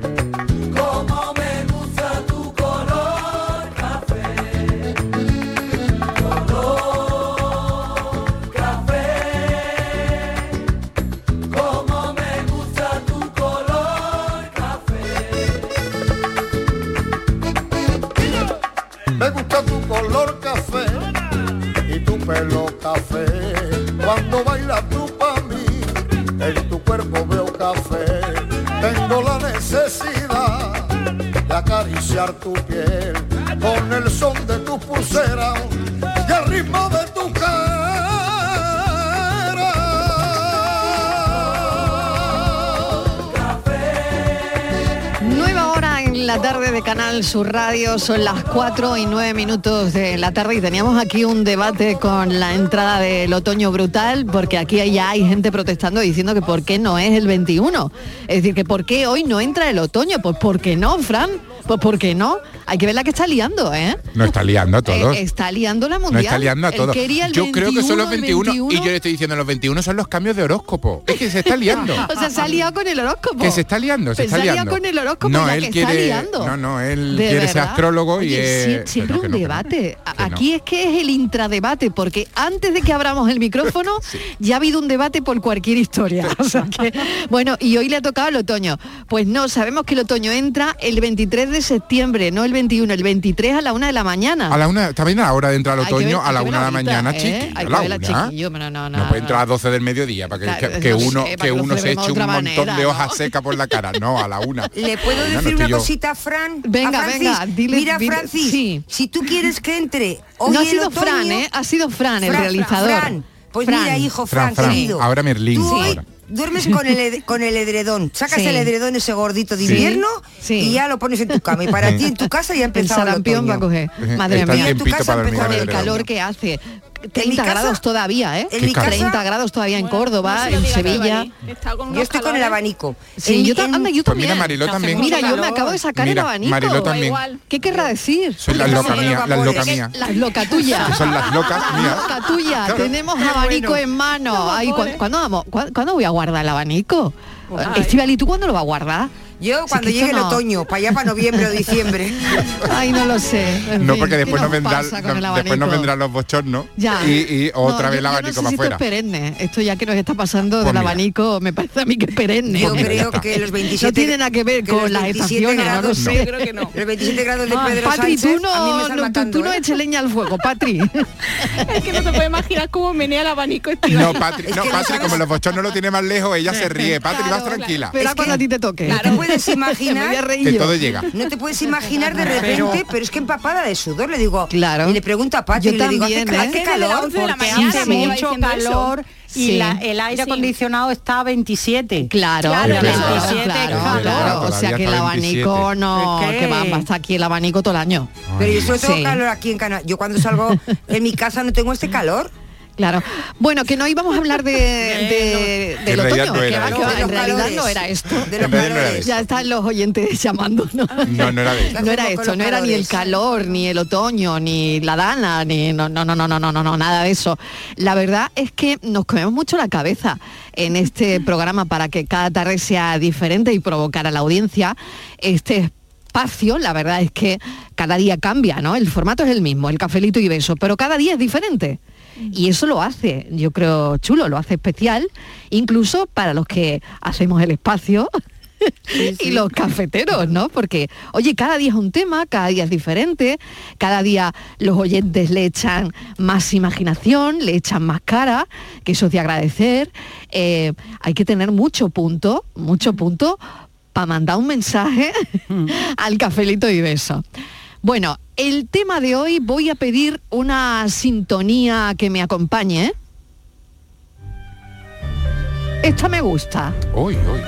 Como me gusta tu color café, color café. Como me gusta tu color café. Me gusta tu color café y tu pelo café. Cuando bailas tú para mí, en tu cuerpo veo café. Tengo la necesidad de acariciar tu piel con el son de tus pulseras y el ritmo de tu Nueva hora en la tarde de Canal Sur Radio, son las 4 y 9 minutos de la tarde y teníamos aquí un debate con la entrada del otoño brutal, porque aquí ya hay gente protestando diciendo que por qué no es el 21. Es decir, que por qué hoy no entra el otoño, pues ¿por qué no, Fran? Pues ¿por qué no? Hay que ver la que está liando, ¿eh? No está liando a todos. Eh, está liando la no mundial. está liando a Él todos. quería el Yo creo que son los 21, 21, el y yo le estoy diciendo los 21 son los cambios de horóscopo. Es que se está liando. o sea, se ha liado con el horóscopo. que se está liando, se está Pensaría liando. con el horóscopo no, la él que quiere, está liando. No, no, él De quiere ser verdad. astrólogo y Oye, sí, es- siempre pero Eh, que no, que un no. debate. A- Aquí es que es el intradebate, porque antes de que abramos el micrófono ya ha habido un debate por cualquier historia. O sea que, bueno, y hoy le ha tocado el otoño. Pues no, sabemos que el otoño entra el 23 de septiembre, no el 21, el 23 a la una de la mañana. A la una, también a la hora de entrar al Hay que ver- otoño, hay a la que ver una de la horita, mañana, ¿eh? chiqui. a Hay que la ver la una. chiquillo, pero no, no, No puede entrar a 12 del mediodía para que, Claro, que- que no sé, uno, para que que lo uno se celebremos eche de un otra montón de manera, hojas secas por la cara. No, a la una. ¿Le puedo Bueno, decir no, una tú y yo. cosita, Fran? Venga, A Francis, venga, dile- Mira, dile- Francis, sí. si tú quieres que entre hoy no ha el sido otoño- Fran, ¿eh? Ha sido Fran, el Fran, realizador. Fran, pues mira, hijo, Fran, Fran, Fran, querido. ahora Merlín, Tú sí. hoy ahora. duermes con el, ed- con el edredón. Sacas Sí. el edredón ese gordito de Sí. invierno Sí. y ya lo pones en tu cama. Y para ti en tu casa ya ha El empezado el sarampión va a otoño. coger. Madre Eh, Está mía. en tu tiempito casa para dormir en empezó con Madre el verano. calor que hace. mi 30 casa- grados todavía, ¿eh? en mi casa- 30 grados todavía en Córdoba, en Sevilla. Yo estoy con el abanico. Sí, En- yo, ta- en- anda, yo Pues mira, también. Mariló Hace también. mucho Mira, yo me calor. acabo de sacar Mira, el abanico. Mariló también. ¿Qué querrá decir? Soy la Porque loca somos mía, los la loca vapores. mía. La loca tuya. Que son las locas mías. La loca tuya. Claro. Tenemos Ah, abanico en mano. Ay, ¿cu- ¿cuándo, vamos? ¿Cu- ¿Cuándo voy a guardar el abanico? Estival, ¿y tú cuándo lo vas a guardar? Yo Si cuando es que llegue el esto no- otoño, para allá para noviembre o diciembre. Ay, no lo sé. En No, fin, porque ¿qué después nos, vendrá, pasa con no- el después nos abanico? vendrán los bochornos Ya. y, y otra vez No, el yo- yo abanico no sé si para Esto es afuera. perenne. Esto ya que nos está pasando Pues del mira. abanico, me parece a mí que es perenne. Yo Pues mira, ya creo está. que los 27 No tiene nada que ver los con las 27 estaciones, no lo grados, sé. Yo creo que no. Los 27 grados de Ah, Pedro Patri, Sánchez, tú no, a mí me están no, tú, matando, tú no ¿eh? eches leña al fuego, Patri. Es que no te puedes imaginar cómo menea el abanico este. No, Patri, Es no, que no Patri, sabes- como los bochornos lo tiene más lejos, ella se ríe. Patri, Claro, vas tranquila. Pero Es cuando que- a ti te toque. No te puedes Me voy a imaginar reír Que yo. todo llega. No te puedes imaginar de repente, pero, es que empapada de sudor, le digo. Claro. Y le pregunto a Patri, Yo y le digo, también, ¿hace, ¿eh? hace Que desde las calor? 11 de la Porque mañana hace me iba mucho- mucho diciendo eso. calor y Sí. la- el aire Sí. acondicionado está a 27. Claro, Claro, claro, claro, claro, claro, claro, claro, O sea todavía que el está 27. abanico no, Es que que- va, va a estar aquí el abanico todo el año. Pero yo solo tengo Sí. calor aquí en Canadá. Yo cuando salgo en mi casa no tengo este calor. Claro. Bueno, que no íbamos a hablar de, de- Que en del realidad otoño, no que era va, esto. que va, De en los realidad calores. no era esto. De los En realidad no era calores. esto. Ya están los oyentes llamando, ¿no? No, no era de eso. No era Con esto, los no era ni el calores. calor, ni el otoño, ni la dana, ni no, no, no, no, no, no, no, no, nada de eso. La verdad es que nos comemos mucho la cabeza en este programa para que cada tarde sea diferente y provocar a la audiencia este espacio, la verdad es que cada día cambia, ¿no? El formato es el mismo, el cafelito y beso, pero cada día es diferente. Y eso lo hace, yo creo, chulo, lo hace especial, incluso para los que hacemos el espacio y los cafeteros, ¿no? Porque, oye, cada día es un tema, cada día es diferente, cada día los oyentes le echan más imaginación, le echan más cara, que eso es de agradecer. Eh, hay que tener mucho punto, mucho punto para mandar un mensaje al cafelito y beso. Bueno, el tema de hoy voy a pedir una sintonía que me acompañe. Esta me gusta. Oh. Uy, uy, uy.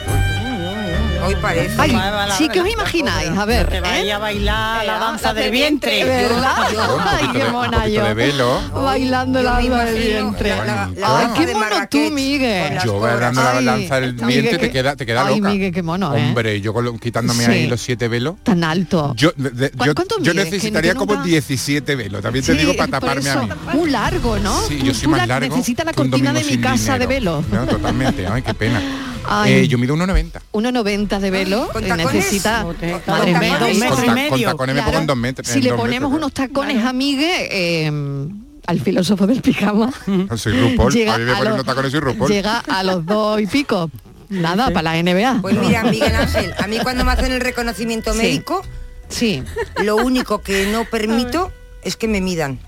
Hoy parece. Ay, sí que os imagináis, a ver. Que vaya a bailar la ¿eh? danza del vientre. ¿Verdad? Yo, un Ay, poquito qué de- un mona poquito yo. de velo. Bailando la Yo me danza del imagino vientre. la- la- la Ay, danza qué de mono tú, Marrakech Miguel. con las Yo cobras. bailando la Ay, danza del Miguel, vientre qué- te queda, te queda Ay, loca. Miguel, qué mono, ¿eh? Hombre, yo con lo- quitándome Sí. ahí los siete velos. Tan alto. Yo, de- ¿Cu- yo, cuánto yo mides? Que- que necesitaría como nunca- 17 velos, también te Sí, digo, para por taparme eso, a mí. Muy largo, ¿no? Sí, Tú- yo soy tú más la- largo. Necesita la que un cortina de domingo mi sin casa de dinero. velo. No, totalmente, ay, qué pena. Ay. Eh, yo mido 1,90. 1,90 de velo ¿Con eh, tacones? necesita Con tacones. madre mía, Dos Con eso- metros y ta- medio. Con tacones me Claro, pongo en 2 metros. Si en le dos ponemos metros, unos tacones a Miguel, eh, al filósofo del pijama, claro. Soy RuPaul, a mí me a ponen los- unos tacones y soy RuPaul. llega a los dos y pico. Nada, para la NBA. Pues mira, Miguel Ángel, a mí cuando me hacen el reconocimiento Sí. médico, sí. lo único que no permito es que me midan.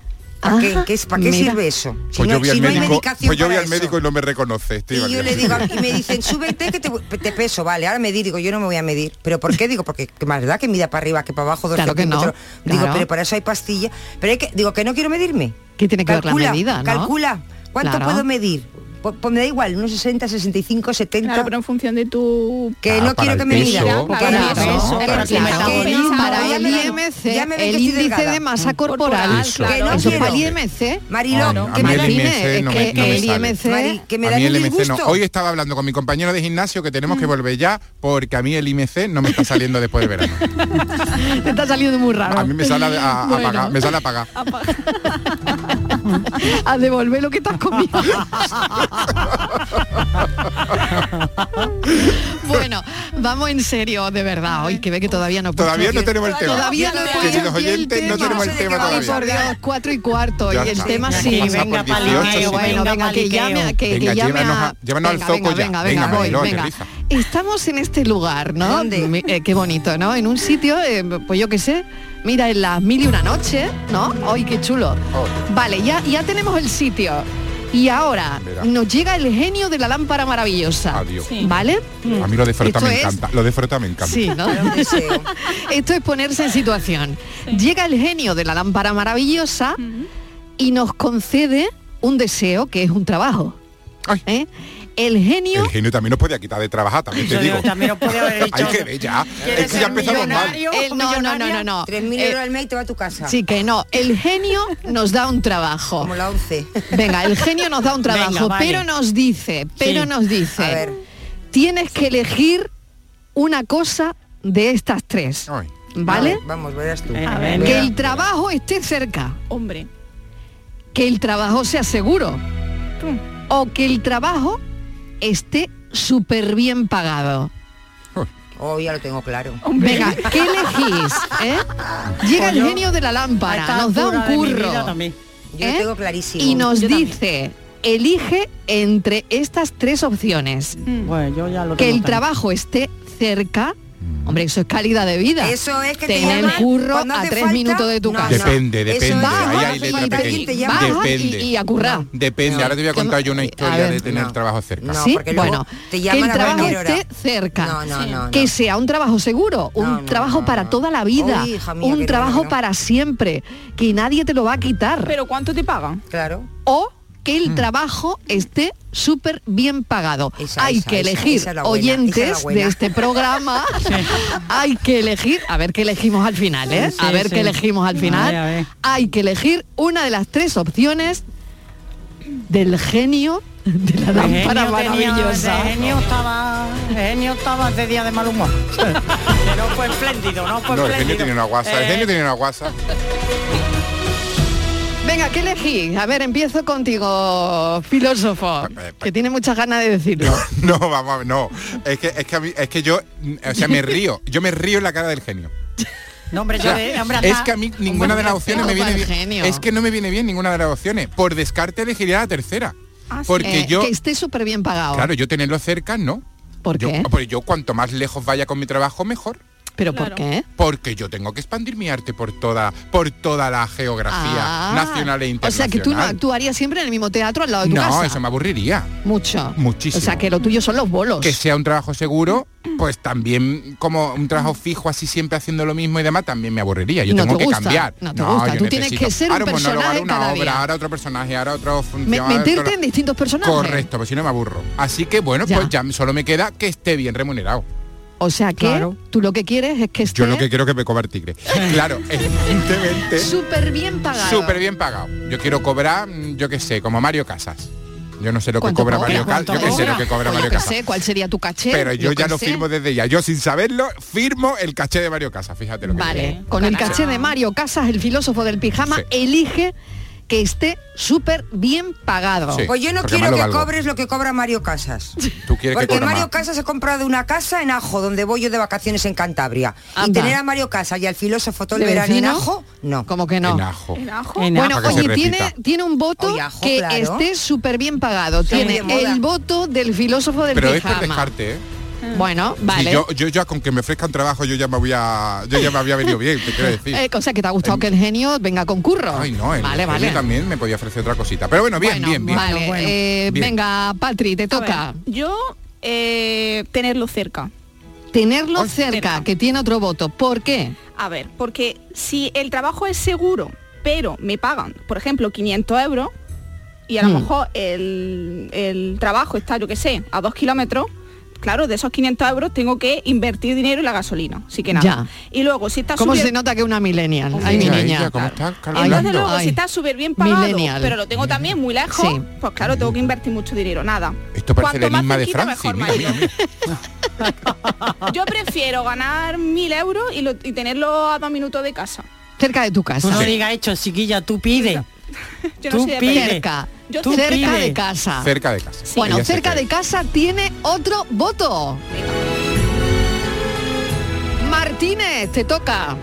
¿Para Ah, qué, ¿Qué es- para qué mira. sirve eso? Si Pues no, yo voy al si no hay médico, medicación pues yo voy para al eso. médico y no me reconoce, Estíbaliz. Y yo le digo, y me dicen, súbete que te, te peso, vale, ahora me di, digo, yo no me voy a medir. ¿Pero por qué? Digo, porque que más da que mida para arriba, que para abajo, dos Claro que no, centímetros. Digo, claro. pero para eso hay pastilla. Pero hay que, digo, que no quiero medirme. ¿Qué tiene que ver la Calcula, medida, no? Calcula, ¿cuánto Claro. puedo medir? Pues, pues me da igual, unos 60, 65, 70. Claro, pero en función de tu Que Ah, no para quiero que el me peso. midan. Claro, Para el claro, peso, pero para si el me Claro, acabo de que ir no, para ya el me lo- ya IMC, me ven el que estoy índice de delgada. masa corporal. corporal, Eso. claro. Que no Eso es quiero. para el IMC. Marilo, No, que a mí me el da- IMC Martínez, no me- es que no me el sale. IMC Mari, que me a da mí un el IMC no. disgusto. Hoy estaba hablando con mi compañero de gimnasio que tenemos que volver ya porque a mí el IMC no me está saliendo después de verano. Te está saliendo muy raro. A mí me sale a, a- a Bueno. pagar, me sale a pagar. a devolver lo que te has comido. bueno, vamos en serio, de verdad. Hoy que ve que todavía no he puesto Todavía no bien. tenemos el tema. Todavía no he puesto Queridos bien el oyentes, no tema. tenemos el tema Ay, todavía. por Dios, cuatro y cuarto. Ya y el está. tema Ya sí. hemos pasado Venga, por 18, paliqueo. Bueno, sí. venga, que llame a- que, Venga, que llame llévanos a... a- llévanos al venga, zoco venga, ya. Venga, venga, Venga, voy, Mariló, venga. aterriza. Estamos en este lugar, ¿no? ¿Dónde? Mi- eh, qué bonito, ¿no? En un sitio, eh, pues yo qué sé, mira, en las mil y una noche, ¿no? ¡Ay, qué chulo! Oh. Vale, ya, ya tenemos el sitio. Y ahora Verá. nos llega el genio de la lámpara maravillosa. Adiós. ¿Vale? A mí lo de frota Esto me es- encanta. Lo de frota me encanta. Sí, ¿no? Un deseo. Esto es ponerse en situación. Llega el genio de la lámpara maravillosa y nos concede un deseo que es un trabajo. Ay. ¿eh? El genio El genio también nos podía quitar de trabajar, también te Yo digo. también os podía haber dicho. Hay que ver ya. ¿Quieres Es que ya ser empezamos mal. millonario? El- no, no, no, no, no. 3.000 Eh, euros al mes y te va a tu casa. Sí que no, el genio nos da un trabajo. Como la 11. Venga, el genio nos da un trabajo, Venga, vale. pero nos dice, pero Sí. nos dice, A ver. tienes que elegir una cosa de estas tres, Ay. ¿vale? Vamos, verás tú. Eh, a ver, que mira. el trabajo esté cerca, hombre. que el trabajo sea seguro o que el trabajo esté súper bien pagado. Oh, ya lo tengo claro. Venga, ¿qué elegís? eh? Llega el Coño, genio de la A esta lámpara, nos da un altura de mi vida curro. también. Yo ¿Eh? lo tengo clarísimo. y nos Yo también. dice, elige entre estas tres opciones. Bueno, yo ya lo Que tengo el claro. trabajo esté cerca. Hombre, eso es calidad de vida. Eso es que te Tener llaman curro cuando a hace tres falta. minutos de tu No, casa. no. Depende, Eso depende. es- Ahí Baja hay y- letra y- pequeña. y- baja y- Depende. y a currar. Depende. Ahora te voy a contar yo una A historia ver. de tener No. trabajo cerca. No, ¿Sí? porque luego bueno, te que llaman el a trabajo cualquier hora. esté cerca. No, no, no, no. Que sea un trabajo seguro, un No, no, trabajo no, para no. toda la vida, Uy, hija mía, que un no, trabajo que no. para siempre, que nadie te lo va a quitar. Pero ¿cuánto te pagan? Claro. o que el trabajo esté súper bien pagado. Mm. Esa, hay esa, que esa, elegir esa es la buena, esa es oyentes la buena. de este programa. hay que elegir, a ver qué elegimos al final, ¿eh? Sí, sí, a ver sí. qué elegimos al final. A ver, a ver. Hay que elegir una de las tres opciones del genio de la El genio lámpara tenía- maravillosa. El genio estaba, el genio estaba de día de mal humor. Que no fue espléndido, no fue No, el genio espléndido. tenía una guasa. El Eh, genio tenía una guasa. Venga, ¿qué elegís? A ver, empiezo contigo, filósofo, que tiene muchas ganas de decirlo. No, vamos a ver, no. Es que, es que, a mí- es que yo, mm, o sea, me río. Yo me río en la cara del genio. No, hombre, O yo sea, de, hombre, es acá- que a mí ninguna de las opciones me Ojo viene pa'l bien. genio. Es que no me viene bien ninguna de las opciones. Por descarte elegiría la tercera. Ah, Ah, Porque Eh, yo, que esté súper bien pagado. claro, yo tenerlo cerca, no. Ah. ¿Por Yo, qué? pues yo cuanto más lejos vaya con mi trabajo, mejor. ¿Pero Claro. por qué? Porque yo tengo que expandir mi arte por toda, por toda la geografía Ah. nacional e O sea internacional. que tú no actuarías siempre en el mismo teatro al lado de tu No, casa. eso me aburriría. Mucho. Muchísimo. O sea que lo tuyo son los bolos. que sea un trabajo seguro, pues también como un trabajo fijo así siempre haciendo lo mismo y demás, también me aburriría. Yo No tengo te que gusta, cambiar. no te gusta. yo Tú tienes necesito que ser un ahora pues, monólogo, personaje ahora una cada obra, día. ahora otro personaje, ahora otra función. Me- ahora meterte otro- en distintos personajes. Correcto, pues si no me aburro. Así que bueno, Ya. pues ya solo me queda que esté bien remunerado. O sea que Claro. tú lo que quieres es que esté Yo lo que quiero es que me coma el tigre. Claro, evidentemente. súper bien pagado. Súper bien pagado. Yo quiero cobrar, mm, yo qué sé, como Mario Casas. Yo no sé lo que ¿Cuánto cobra cobra? Mario Casas. ¿Cuánto Yo qué sé lo cobra? que cobra O yo Mario qué Casas. sé, ¿cuál sería tu caché? Pero yo, qué ya lo sé. firmo desde ya. Yo sin saberlo, firmo el caché de Mario Casas. Fíjate lo que te Vale, digo. con el caché de Mario Casas, el filósofo del pijama, Sí. elige que esté súper bien pagado. Sí, Pues yo no porque quiero malo que valgo. cobres lo que cobra Mario Casas. Tú quieres que Porque cobra Mario más. Casas ha comprado una casa en Ajo, donde voy yo de vacaciones en Cantabria. Y Anda. tener a Mario Casas y al filósofo todo el ¿De verano vecino? en Ajo, no. Como que no. En ajo. ¿En ajo? En Bueno, Para que se oye, tiene, repita. tiene un voto Oye, ajo, que claro. esté súper bien pagado. tiene de moda. el voto del filósofo del Pero es por pijama. descarte, ¿eh? Ah. Bueno, Si vale. yo, yo ya con que me ofrezcan trabajo yo ya me había yo ya me había venido bien, te quiero decir. Eh, o sea, que te ha gustado Em- que el genio venga con curro. Ay, no, el vale, el vale. también me podía ofrecer otra cosita. Pero bueno, bien, Bueno, bien, bien. vale, Bueno, eh, bien. Venga, Patri, te A ver, toca. Yo eh, tenerlo cerca. Tenerlo Ay, cerca, cerca. que tiene otro voto. ¿Por qué? A ver, porque si el trabajo es seguro, pero me pagan, por ejemplo, 500 euros, y a lo Mm. mejor el, el trabajo está, yo qué sé, a dos kilómetros, claro, de esos 500 euros tengo que invertir dinero en la gasolina, así que nada. Ya. Y luego, si está ¿Cómo subier- se nota que una millennial? Hombre. Ay, mi Mira, niña. ella, ¿Cómo está Entonces calculando? luego, Ay. si está súper bien pagado, Millennial. pero lo tengo también muy lejos, Sí. pues claro, tengo que invertir mucho dinero, nada. Esto parece el Cuanto más enigma de cerquita, Francis. mejor, Mira, marido. mira, mira. Yo prefiero ganar mil euros y, lo- y tenerlo a dos minutos de casa. Cerca de tu casa. Tú no Sí. digas hecho, chiquilla, tú pide. Yo Tú sé de pide. pedir. Cerca. Yo Tú cerca pide. de casa. Cerca de casa. Bueno, Ella se cerca cree. de casa tiene otro voto. Martínez, te toca.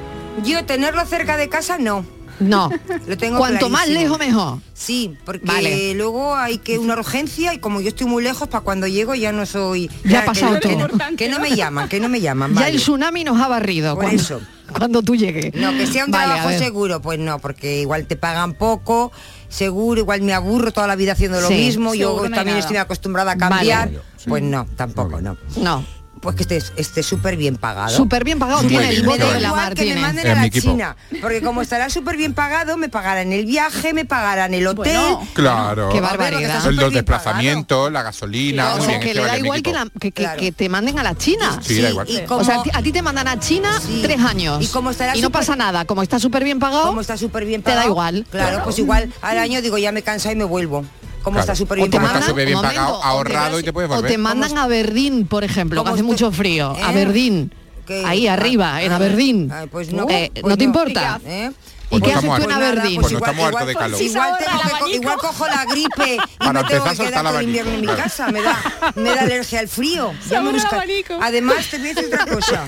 Yo tenerlo cerca de casa, no. No. Lo tengo Cuanto más clarísimo. lejos mejor. Sí, porque Vale. luego hay que una urgencia y como yo estoy muy lejos, para cuando llego ya no soy... Ya ha Claro, pasado que, no- todo. que no, que no me llaman, que no me llaman. Ya vale. el tsunami nos ha barrido Por cuando, eso. cuando tú llegues. No, que sea un Vale, a trabajo ver. seguro, pues no, porque igual te pagan poco, seguro, igual me aburro toda la vida haciendo lo Sí. mismo, yo Seguro no hay también nada. estoy acostumbrada a cambiar, Vale. pues no, tampoco, no. No. Pues que esté esté súper bien pagado. Súper bien pagado Muy tiene el bien, Me voto da de la igual que me Martínez. manden En a mi la equipo. China, porque como estará súper bien pagado, me pagarán el viaje, me pagarán el hotel. Bueno, Claro. Qué A ver, porque barbaridad. está El súper los bien desplazamientos, la gasolina, O muy sea, bien, que este le da vale mi igual que, equipo. la- que- que- Claro. que te manden a la China. Sí, da igual. Y O como, O sea, a ti- a ti te mandan a China Sí. tres años. Y como estará no súper- pasa nada. Como está súper bien pagado. como está súper bien te da pagado. igual. Claro, pues igual al año digo, ya me cansa y me vuelvo. Como Claro. está súper O bien te pagado. mandan- súper bien un pagado, momento, o te ahorrado vas- y te puedes O volver. te mandan a Verdín, por ejemplo, que ¿Cómo hace usted- mucho frío. A ¿Eh? Verdín. ¿Qué? Ahí Ah, arriba, en ah, Aberdeen. ah, pues no, Eh, pues ¿no no. te importa. ¿Eh? ¿Y Pues qué no haces estamos tú en hartos. Aberdeen? Pues no estamos hartos de calor. Pues sí, Igual, tengo se que ahorra co- el igual abanico. cojo la gripe y Para me tengo empezar, que salta quedar el todo el abanico, invierno en mi claro. casa. Me da, me da alergia al frío. Ya me ahorra el busca- abanico. Además, te voy a decir otra cosa.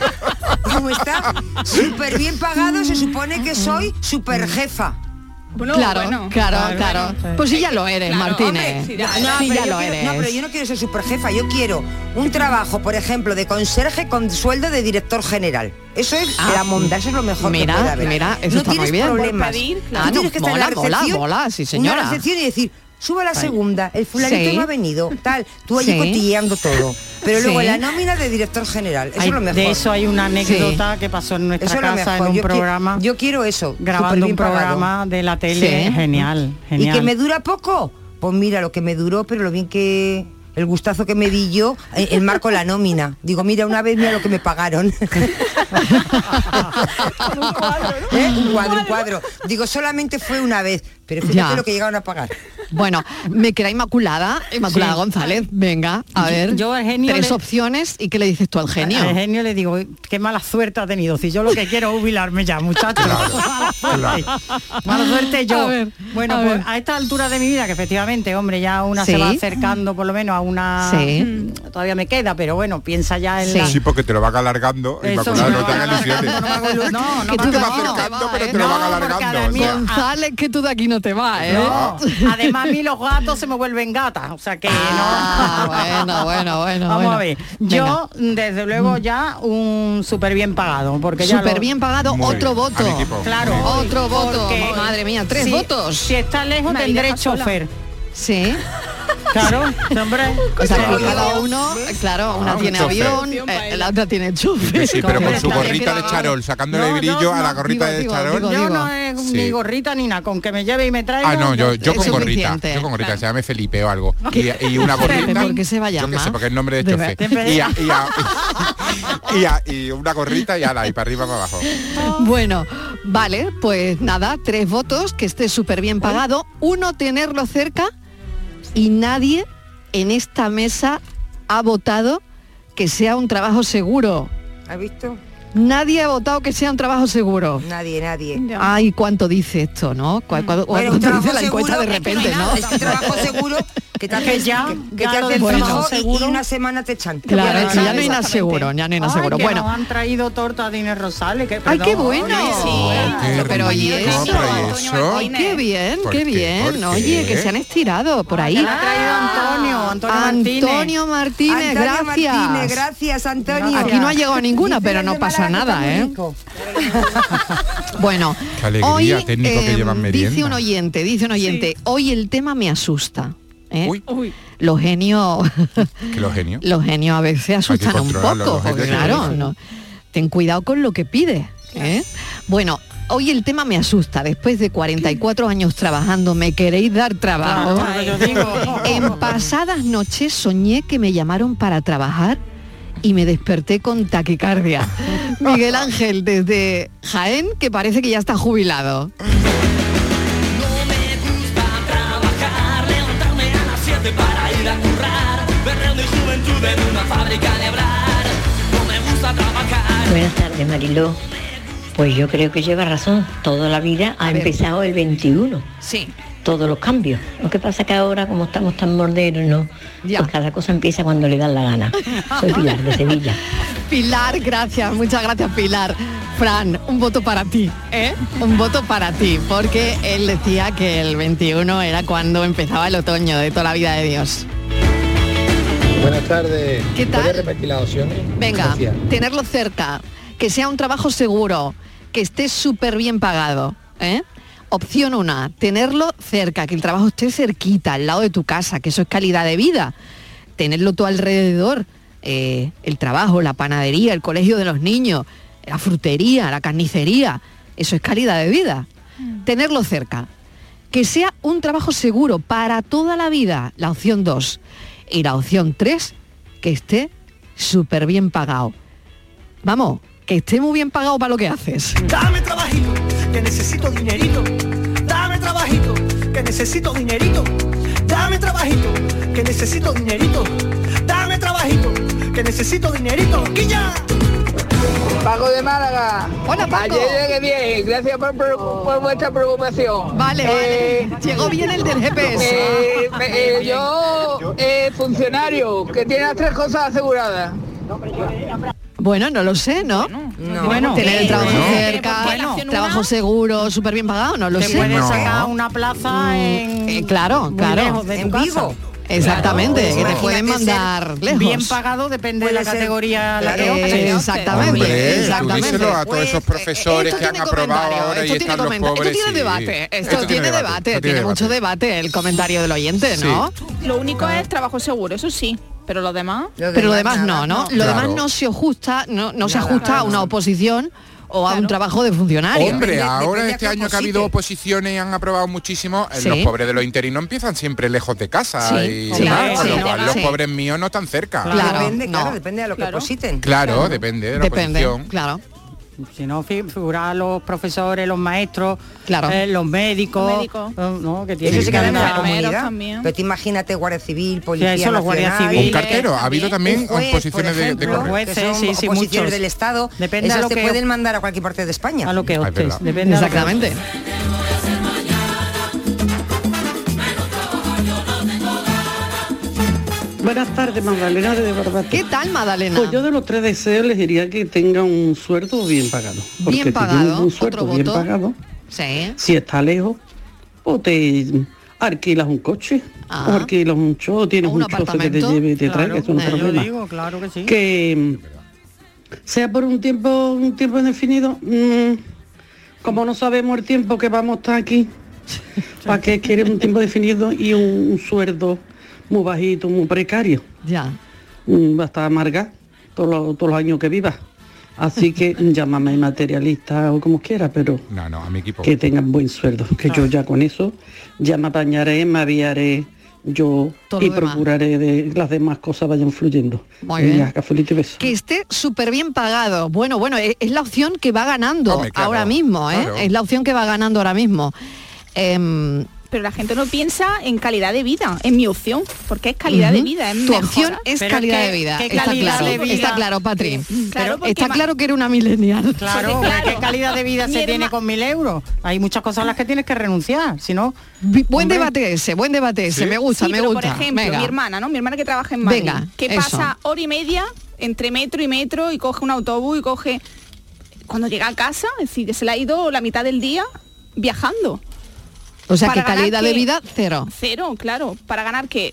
Como está súper bien pagado, se supone que soy súper jefa. Bueno, Claro, bueno. claro, claro. Pues sí ya lo eres, Claro, Martínez. hombre, sí, ya- Sí, pero ya yo lo quiero- eres. no, pero yo no quiero ser súper jefa. Yo quiero un trabajo, por ejemplo, de conserje con sueldo de director general. Eso es Ah. la monda, eso es lo mejor Mira, que puede haber. mira, eso no está muy tienes bien. problemas. Por pedir, Tú claro. tienes que estar en la Mola, mola, recepción, mola, sí, señora. Una recepción y decir, suba la segunda, el fulanito Sí. no ha venido, tal, tú allí Sí. cotilleando todo. Pero luego Sí. la nómina de director general, eso Hay- es lo mejor. de eso hay una anécdota que pasó en Eso nuestra es lo casa en mejor. un yo, qui- programa. yo quiero eso. grabando un superbién pagado. programa de la tele. Sí. Genial, ¿Y genial. que me dura poco? Pues mira, lo que me duró, pero lo bien que... El gustazo que me di yo, eh, el marco la nómina. Digo, mira, una vez mira lo que me pagaron. Un cuadro, ¿no? ¿Eh? Un cuadro, un cuadro. Digo, solamente fue una vez, pero fíjate Ya. lo que llegaron a pagar. Bueno, me queda Inmaculada, Inmaculada Sí. González, venga, a Yo- ver, yo al genio tres le- opciones y qué le dices tú al genio. Al genio le digo, qué mala suerte ha tenido. Si yo lo que quiero es jubilarme ya, muchachos. Mala suerte. Mala suerte yo. A ver, bueno, pues, a a, ver. a esta altura de mi vida, que efectivamente, hombre, ya una Sí. se va acercando por lo menos a una. Mm, Sí. Todavía me queda, pero bueno, piensa ya en la. Sí, porque te lo van alargando. Eso, Inmaculada, me no te van hagas alargando, ilusiones. no me hago ilusiones. No, no Que me No te tú de va aquí no te acercando, va, pero ¿eh? te lo No, van porque alargando. ahora o sea. mismo- González, que tú de aquí no te vas, ¿eh? No. Además, a mí los gatos se me vuelven gatas, o sea que Ah, bueno, bueno, Ah, no. bueno, Mm. Vamos bueno. a ver. Yo, desde luego, ya un súper bien pagado, porque ya Súper lo- bien pagado, Muy otro bien, a mi voto. equipo. Claro. Otro voto. porque Madre mía, tres si- votos. Si está lejos Nadie tendré deja sola. chofer. Sí. Claro, hombre. O sea, que cada uno, claro, Pues, ah, una un tiene chofer. avión, eh, la otra tiene chofer. Sí, pero con su Claro, gorrita que de la- charol, sacándole No, brillo no, a la no, gorrita digo, de digo, charol. digo, Yo digo. no es Sí. ni gorrita ni nada, con que me lleve y me traiga. Ah, no, yo, yo es con gorrita. suficiente. Yo con gorrita, se llame Felipe o algo. Y, y una gorrita. ¿por qué se va a Yo qué sé, llamar? porque es nombre de De chofer. verdad. Y, a- y, a- y a- y una gorrita y ala, y para arriba, para abajo. Bueno, vale, pues nada, tres votos, que esté súper bien pagado, uno tenerlo cerca y nadie en esta mesa ha votado que sea un trabajo seguro. ¿Has visto? Nadie ha votado que sea un trabajo seguro. Nadie, nadie. Ya. Ay, cuánto dice esto, ¿no? ¿Cuál- cuál- Bueno, un cuánto trabajo dice la encuesta de seguro, repente, es que no hay no? nada, Es que trabajo seguro que te Que hace, ya, que, que ya te lo hace el del trabajo trabajo y, y seguro. en una semana te echan. Claro, Claro, ya no hay nada exactamente. seguro, ya no hay nada Ay, seguro. que Bueno, nos han traído torta de Inés Rosales. Que, ¡Ay, qué perdón. bueno! Oh, qué pero ¿y rico, eso? eh, pero ¿y eso? Ay, qué bien, ¿Por qué qué? ¿Por bien. qué? Oye, que se han estirado por ahí. Ah, La ha traído Antonio, Antonio Martínez. Antonio Martínez, Antonio gracias. Martínez, gracias, Antonio. Aquí no ha llegado ninguna, Dice pero el no de pasa Málaga que está nada, muy ¿eh? rico. Bueno, Qué alegría, hoy, técnico que llevan em, dice merienda. un oyente, dice un oyente, hoy el tema me asusta. ¿eh? Uy, Uy, Los genios, que lo genio. los genios a veces asustan un controlarlos, poco, los genios porque hay que claro, controlarlos. no. ten cuidado con lo que pides. ¿eh? Bueno, hoy el tema me asusta. Después de 44 años trabando, me queréis dar trabajo. Claro, Ah, yo digo. En pasadas noches soñé que me llamaron para trabajar y me desperté con taquicardia. Miguel Ángel desde Jaén, que parece que ya está jubilado. No me gusta trabajar, levantarme a las 7 para ir a currar, perder mi juventud en una fábrica de hablar. No me gusta trabajar. Buenas tardes, Mariló. Pues yo creo que lleva razón. Toda la vida ha ver. empezado el 21, Sí. todos los cambios. Lo que pasa que ahora, como estamos tan morderos, ¿no? Ya. Pues cada cosa empieza cuando le dan la gana. Soy Pilar, de Sevilla. Pilar, gracias, muchas gracias Pilar. Fran, un voto para ti, ¿eh? Un voto para ti, porque él decía que el 21 era cuando empezaba el otoño de toda la vida de Dios. Buenas tardes. ¿Qué tal? ¿Puedes repetir las opciones? Venga, Gracias. tenerlo cerca, que sea un trabajo seguro, que esté súper bien pagado. ¿eh? Opción una, tenerlo cerca, que el trabajo esté cerquita, al lado de tu casa, que eso es calidad de vida. Tenerlo todo alrededor, eh, el trabajo, la panadería, el colegio de los niños, la frutería, la carnicería, eso es calidad de vida. Tenerlo cerca, que sea un trabajo seguro para toda la vida, la opción 2. Y la opción 3, que esté súper bien pagado. Vamos, que esté muy bien pagado para lo que haces. Dame trabajito, que necesito dinerito. Dame trabajito, que necesito dinerito. Dame trabajito, que necesito dinerito. Dame trabajito, que necesito dinerito. ¡Quilla! Paco de Málaga. Hola, Paco. Ayer llegué bien. Gracias por, preocu- por vuestra preocupación. Vale, Eh, vale. Llegó bien el del GPS. eh, me- eh, yo, eh, funcionario, que tiene las tres cosas aseguradas. Bueno, no lo sé, ¿no? No. Bueno, Tener el que- trabajo Bueno. cerca, Porque la opción trabajo una- seguro, súper bien pagado, no lo que sé. puedes No. sacar una plaza en Eh, claro, muy claro. lejos de tu En casa. vivo. Exactamente, Claro. que te pueden Imagínate ser mandar lejos. Bien pagado depende de la Puede ser. categoría a la que Eh, optes. exactamente, Hombre, tú exactamente. díselo a todos Pues, esos eh, profesores Esto que han tiene aprobado comentario, ahora y esto tiene están los comenta- pobres. Esto tiene sí. debate, esto, tiene debate, esto tiene mucho debate el comentario del oyente, Sí. ¿no? lo único es trabajo seguro, eso sí, pero lo demás... Pero lo demás no, ¿no? Lo Claro. demás no se ajusta, no, no se Nada. ajusta a una oposición o a un Claro. trabajo de funcionario. Hombre, Depende- ahora depende este a año que ha cómo habido cite. oposiciones y han aprobado muchísimo, eh, Sí. los pobres de los interinos empiezan siempre lejos de casa Sí, y sí, demás, con sí, lo cual sí. los pobres míos no están cerca. Claro. Claro, depende, no. claro, depende de lo que Claro. positen. Claro, depende de la Depende, oposición. claro. Si no, fi- figurar los profesores, los maestros, Claro. eh, los médicos, Los médicos. eh, ¿no? que tienen Eso Sí, se claro. queda en la Enfermeros comunidad. también. Pero te imagínate Guardia Civil, Policía Sí, eso, los guardias Nacional, Un civiles. cartero, ha habido también un juez, oposiciones de- por de, ejemplo, correo. Jueces, que son sí, sí, oposiciones muchos. del Estado. Depende Esas a lo te que- pueden mandar a cualquier parte de España. a lo que Ah, es optes. verdad. depende a lo que Exactamente. Buenas tardes, Magdalena de Barbate. ¿Qué tal, Madalena? Pues yo de los tres deseos les diría que tenga un sueldo bien pagado. Porque Bien si pagado, tienes un sueldo otro bien voto. pagado, Sí. si está lejos, o te alquilas un coche, Ah. o alquilas un cho, o tienes O un un, chofer que te apartamento. lleve y te traiga, Claro, eso no es eh, un yo problema. digo, claro que sí. Que mm, sea por un tiempo, un tiempo indefinido, mm, como no sabemos el tiempo que vamos a estar aquí, ¿para qué quiere un tiempo definido y un, un sueldo muy bajito, muy precario. Ya. Mm, Va a estar amarga todos los, todos los años que viva. Así que llámame materialista o como quiera, pero No, no, a mi equipo. que tengan buen sueldo, que yo ya con eso ya me apañaré, me aviaré yo Todo y lo demás. procuraré de las demás cosas vayan fluyendo. Muy bien. Venga, cafelito y beso. Que esté súper bien pagado. Bueno, bueno, e- es la opción que va ganando Hombre, claro, ahora mismo, ¿eh? claro. Es la opción que va ganando ahora mismo. Em, Pero la gente no piensa en calidad de vida, en mi opción, porque es calidad de Ujú. vida. Es Tu mejora. opción es Pero calidad ¿qué- de vida. qué Está calidad claro, de vida? está claro, Patri. Claro, porque está ma- claro que era una millennial. Claro, ¿qué calidad de vida Mi se tiene herma- con mil euros? Hay muchas cosas a las que tienes que renunciar, si no... Buen debate ese, buen debate ese, me gusta, Sí, me pero gusta. Por ejemplo, Venga. mi hermana, ¿no? Mi hermana que trabaja en Madrid, Venga, que eso. pasa hora y media entre metro y metro y coge un autobús y coge cuando llega a casa, es decir, que se le ha ido la mitad del día viajando. O sea, Para que ganar calidad de que- vida cero. Cero, claro, para ganar que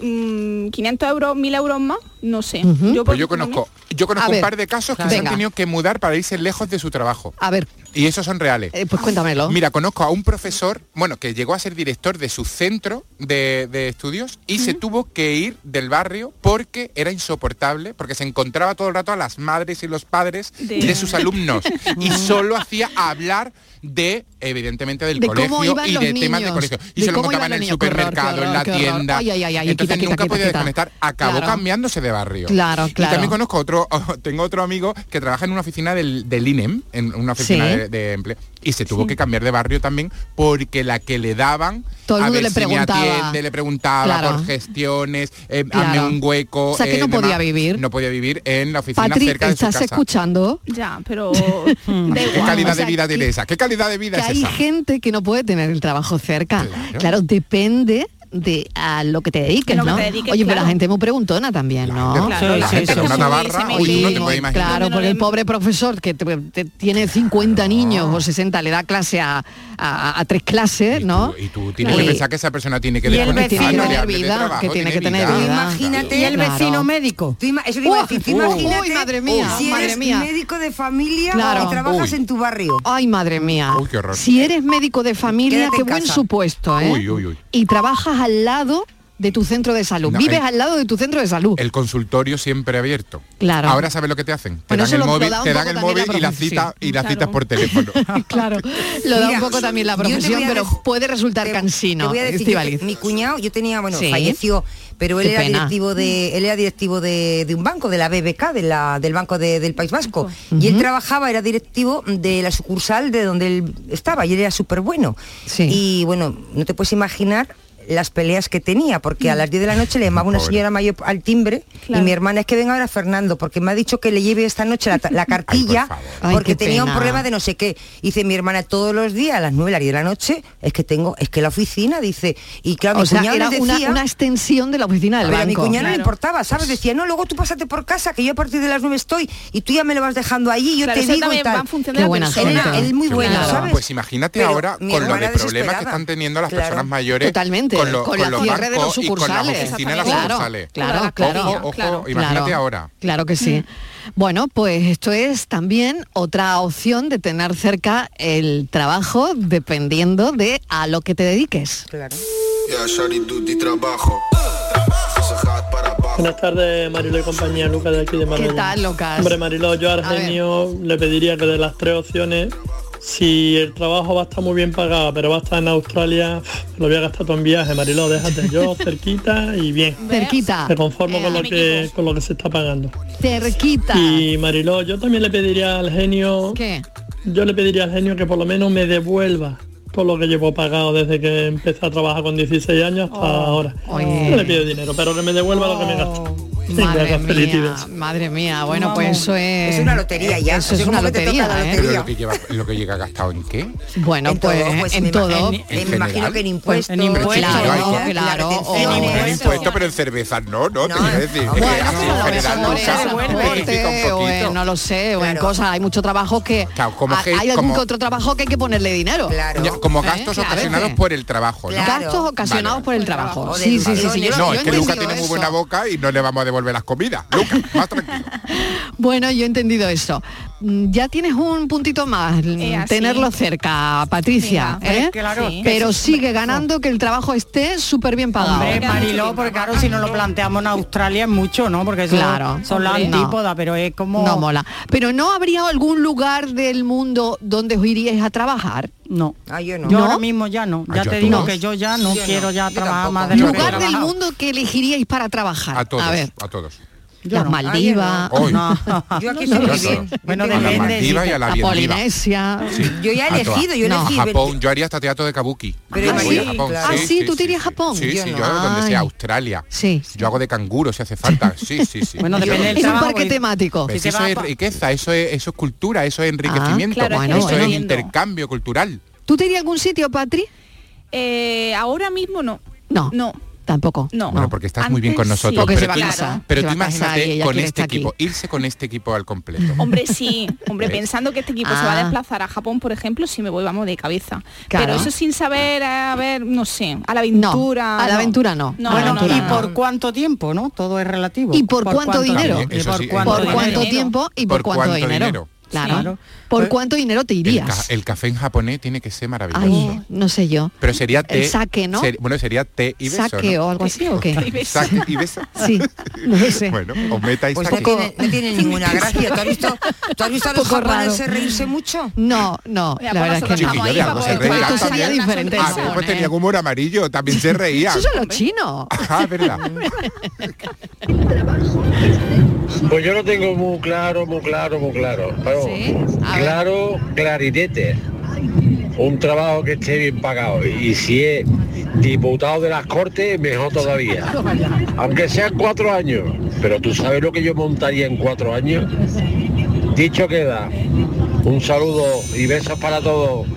500 euros, 1000 euros más, no sé. Ujú. Pues yo por ejemplo, conozco, yo conozco A un ver. par de casos que Claro. se han Venga. tenido que mudar para irse lejos de su trabajo. A ver, Y esos son reales. eh, pues cuéntamelo. Mira, conozco a un profesor, bueno, que llegó a ser director de su centro de, de estudios y se tuvo que ir del barrio porque era insoportable, porque se encontraba todo el rato a las madres y los padres de, De- sus alumnos y solo hacía hablar de, evidentemente, del De cómo colegio iban y los de temas de niños, colegio. Y de se lo cómo encontraba en iban el los niños, qué horror, supermercado, qué en la horror, qué horror. tienda. Ay, ay, ay, ay, Entonces quita, nunca quita, podía quita, desconectar, quita. acabó Claro. cambiándose de barrio. Claro, Y también claro. conozco otro, tengo otro amigo que trabaja en una oficina del, del INEM, en una oficina Sí. de, de empleo, y se tuvo que cambiar de barrio también porque la que le daban, Todo el a mundo ver le si preguntaba. me atiende, le preguntaba Claro. por gestiones, eh, Claro. hazme un hueco. O sea, que no podía vivir. No podía vivir en la oficina Patri, cerca de su ¿estás casa. escuchando? Ya, pero ¿Qué igual, calidad o de sea, vida tiene que- esa? ¿Qué calidad de vida que es hay esa? gente que no puede tener el trabajo cerca. Claro, depende de a lo que te dediques, A lo que ¿no? te dediques, Oye, pero claro. la gente es muy preguntona también, ¿no? Claro, la Sí, gente sí, con sí, una sí. tabarra, uy, tú Se no te mete- puedes imaginar. Claro, porque el pobre profesor que te- te tiene 50 niños o 60 le da clase a, a- a tres clases, ¿no? Y tú tienes Y- que pensar que esa persona tiene que y el desconectar, no vecino le de hable de vida, trabajo, que tiene que tener vida. vida. Imagínate. Y el vecino médico. Tú ima- eso te iba a decir, tú Uh, uh, imagínate uy, madre mía, si madre eres mía. médico de familia Claro. y trabajas Uy. en tu barrio. Ay, madre mía. Uy, qué horror. Si eres médico de familia, Quédate qué en buen casa. supuesto, ¿eh? Uy, uy, uy. Y trabajas al lado de tu centro de salud. No, eh. Vives el- al lado de tu centro de salud. El consultorio siempre abierto. Claro. Ahora sabes lo que te hacen. Te Bueno, dan eso el lo- lo móvil, da un te dan poco el también móvil la y las profesión. citas y las Claro. citas por teléfono. claro. Lo da Mira, un poco también la yo te voy a profesión, pero dec- puede resultar Te cansino, voy a decir, yo Estíbaliz. te- mi cuñado, yo tenía, bueno, Sí. falleció, pero él Qué era pena. directivo de, él era directivo de, de un banco, de la BBK, de la, del Banco de- del País Vasco. Y él trabajaba, era directivo de la sucursal de donde él estaba, y él era súper bueno. Y bueno, no te puedes imaginar las peleas que tenía, porque a las 10 de la noche le llamaba una Pobre. señora mayor al timbre y mi hermana es que venga ahora Fernando, porque me ha dicho que le lleve esta noche la, ta- la cartilla, Ay, porque qué tenía un pena. problema de no sé qué. Dice mi hermana todos los días a las 9, a las 10 de la noche, es que tengo, es que la oficina, dice, y claro, O mi sea, cuñado era le una, decía- una extensión de la oficina del pero a mi banco. cuñado no le importaba, ¿sabes? Decía, no, luego tú pásate por casa, que yo a partir de las 9 estoy y tú ya me lo vas dejando allí, yo Claro, te eso digo y también tal. va en función de Qué la buena persona. Él era- suerte. él muy Qué bueno, bueno. ¿sabes? Pues imagínate Pero ahora con lo mi de hermana problemas que desesperada. están teniendo las Claro. personas mayores Totalmente, con, lo- con con la los cierre de los bancos y con las sucursales. oficinas, las Claro, sucursales. claro, claro, Ojo, ojo, claro. imagínate Claro. ahora. Claro que sí. Mm. Bueno, pues esto es también otra opción de tener cerca el trabajo dependiendo de a lo que te dediques. Ya, Shari, Duty, trabajo. Buenas tardes, Marilo y compañía, Lucas de aquí de Marbella. tal, Lucas? Hombre, Marilo, yo a Argenio le pediría que de las tres opciones, si el trabajo va a estar muy bien pagado, pero va a estar en Australia, lo voy a gastar todo en viaje, Marilo, déjate yo cerquita y bien. Cerquita. Me conformo con lo, que, con lo que se está pagando. Cerquita. Y Mariló, yo también le pediría al genio. ¿Qué? Yo le pediría al genio que por lo menos me devuelva todo lo que llevo pagado desde que empecé a trabajar con 16 años Oh, hasta ahora. No le pido dinero, pero que me devuelva lo que me gasto. Madre Venga, mía, felicidades. madre mía, bueno, pues eso es... Es una lotería ya, Eso o sea, es una como que te lotería, toca la ¿eh? Pero lo que, lleva, lo que llega gastado en qué? Bueno, En todo, pues, pues, en me todo. imagino- En me imagino general. que en impuestos. En Pero impuestos, si claro, no hay- claro. o- No, en impuestos, pero en cervezas no, no, te quiero decir. es que así en general no se verifica un o poquito. en, Eh, pues, no lo sé, o en cosas, hay mucho trabajo que... Claro, como ha- que- hay algún como- que otro trabajo que hay que ponerle dinero. Ya, Como ¿Eh? gastos Claro, ocasionados sí. por el trabajo, ¿no? Gastos ocasionados por el trabajo. Sí, sí, sí, sí, yo- no, yo es he que Luca entendido tiene muy eso. buena boca y no le vamos a devolver las comidas. Luca, más tranquilo. Bueno, yo he entendido eso. mm, ya tienes un puntito más, mm, así. tenerlo cerca, Patricia. Venga, ¿eh? hombre, claro, Sí. Pero eso es- sigue ganando que el trabajo esté súper bien pagado. Hombre, Mariló, porque claro, si no lo planteamos en Australia es mucho, ¿no? Porque eso Claro, son las hombre, no. antípodas, pero es como... No mola. Pero no habría algún lugar del mundo donde os iríais a trabajar. No. yo Yo ahora mismo ya no. Ah, Ya te digo que yo ya no quiero ya trabajar más de lo que he lugar del trabajado. mundo que elegiríais para trabajar. A todos, a, ver, todos. las Maldivas. Hoy. Yo No, aquí soy no, muy bien. no. Bueno, a depende, las Maldivas y a la la bien viva. Polinesia. Yo ya he A todas. elegido, yo he No. elegido. Japón, yo haría hasta teatro de kabuki. Pero Yo ¿sí? voy a Japón, Ah, sí, tú te irías a Japón. Sí, Yo sí, no. yo donde sea Ay. Australia. Sí. Yo hago de canguro si hace falta. Sí, sí, sí. Bueno, Yo depende lo del que sea. trabajo, Es un parque y- temático. Pero si Pues eso te vas es pa- riqueza, eso es, eso es cultura, eso es enriquecimiento, Ah, claro, bueno, eso es bueno. intercambio cultural. ¿Tú te irías a algún sitio, Patri? Eh, ahora mismo no. No. No. Tampoco. No. Bueno, porque estás muy bien con Antes sí. nosotros. Porque se pero va a tú, casar, pero se tú va a casar y imagínate ella con quiere este estar aquí. equipo, irse con este equipo al completo. Hombre, sí, hombre, ¿Ves? pensando que este equipo se va Ah. a desplazar a Japón, por ejemplo, si me voy, vamos, de cabeza. Claro. Pero eso sin saber, eh, a ver, no sé, a la aventura. a la aventura no. A no, la aventura no, no. no. ¿Por cuánto tiempo, no? Todo es relativo. ¿Y por, cuánto, dinero? ¿Y por cuánto, ¿Por cuánto dinero? tiempo y por, ¿Por cuánto, cuánto dinero? dinero? Claro. Claro. ¿Por cuánto dinero te El, ca- irías? el café en japonés tiene que ser maravilloso. Ay, no sé yo. Pero sería El té. sake, ¿no? ser- bueno, sería té y beso. ¿Saque ¿no? o algo así o qué? Sake y beso. Sí, no lo sé. Bueno, o meta y Pues sake. poco- No tiene ninguna gracia. ¿Tú has visto, tú has visto a los Poco raro. japoneses reírse mucho? No, no, la verdad es que no. Chiquillo, veamos, se Esto- reirán esto sería también. diferente. A ver, pues tenían humor amarillo, también se reían. Eso son los chinos. Ah, es verdad. Pues yo lo tengo muy claro, muy claro, muy claro. Claro, claro clarinete. Un trabajo que esté bien pagado. Y si es diputado de las cortes, mejor todavía. Aunque sean cuatro años. Pero tú sabes lo que yo montaría en cuatro años. Dicho queda. Un saludo y besos para todos.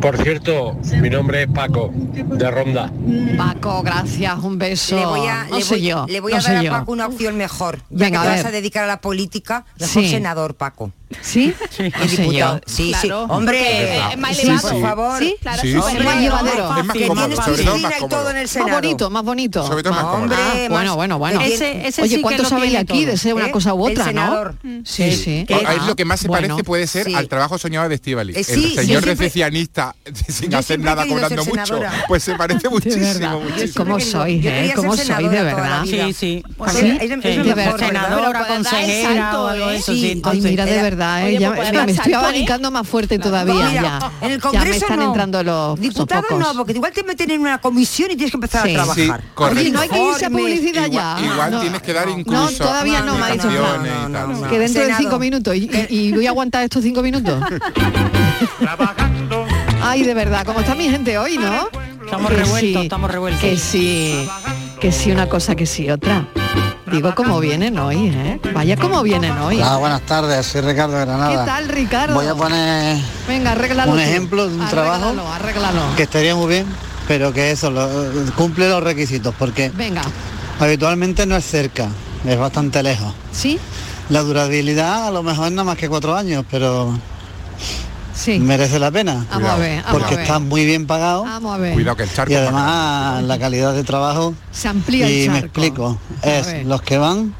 Por cierto, mi nombre es Paco, de Ronda. Paco, gracias, un beso. Le voy a, no le sé voy, yo. le voy no a sé dar yo. a Paco una opción mejor. Ya Venga, que a te ver. vas a dedicar a la política, mejor Sí. senador, Paco. ¿Sí? Y diputado. Sí, sí. Hombre, sí, por favor. Sí, Sí, Hombre, sí. más Sí. llevadero. Es más Que cómodo, tiene sobre su todo oficina más y cómodo. todo en el Senado. Más bonito, más bonito. Sobre todo más cómodo. Hombre, Ah, más- Bueno, bueno, bueno. Ese- ese Oye, sí ¿cuánto que lo sabéis tiene aquí de todo, ser una ¿eh? cosa u El otra, senador. no? Mm. Sí, sí. Ah, es lo que más se Bueno. parece puede ser Sí. al trabajo soñado de Estivali. Eh, sí, el yo señor siempre- recepcionista sin hacer siempre he nada querido cobrando ser mucho. senadora. Pues se parece verdad. muchísimo, Yo muchísimo. siempre he querido- ¿Cómo yo sois, quería eh? ser ¿Cómo sois, senadora de toda la verdad? vida. Sí, sí. Pues Sí, es- es lo sí, mejor, de ¿verdad? verdad, senadora, Pero para dar el consejera salto, o algo de ¿eh? eso. Sí. Sí, Ay, mira, de verdad, eh, ya- me, me estoy abanicando más fuerte todavía. Mira, ya. En el Ya Congreso me están no. entrando los Diputados sofocos. no, porque igual te meten en una comisión y tienes que empezar Sí. a trabajar. Sí, correcto. Oye, no hay que irse a publicidad Igual, ya. igual No, tienes que dar incluso No, todavía no, me ha dicho Fran. indicaciones y tal. Ah. Que dentro de cinco minutos. ¿Y, y- y voy a aguantar estos cinco minutos? Ay, de verdad, ¿cómo está mi gente hoy, no? Estamos Que revueltos, sí, estamos revueltos. Que sí, que sí una cosa, que sí otra. Digo, como vienen hoy, ¿eh? Vaya como vienen hoy. Hola, Ah, buenas tardes, soy Ricardo de ¿Qué Granada. tal, Ricardo? Voy a poner Venga, arréglalo un tú. ejemplo de un trabajo Arréglalo, arréglalo. que estaría muy bien, pero que eso lo- cumple los requisitos, porque Venga, habitualmente no es cerca, es bastante lejos. ¿sí? La durabilidad a lo mejor es nada más que cuatro años, pero sí. merece la pena, Vamos a ver, vamos porque a ver. está muy bien pagado Vamos a ver. Cuidado que el charco y además la calidad de trabajo Se amplía el y me charco. explico, A es ver. los que van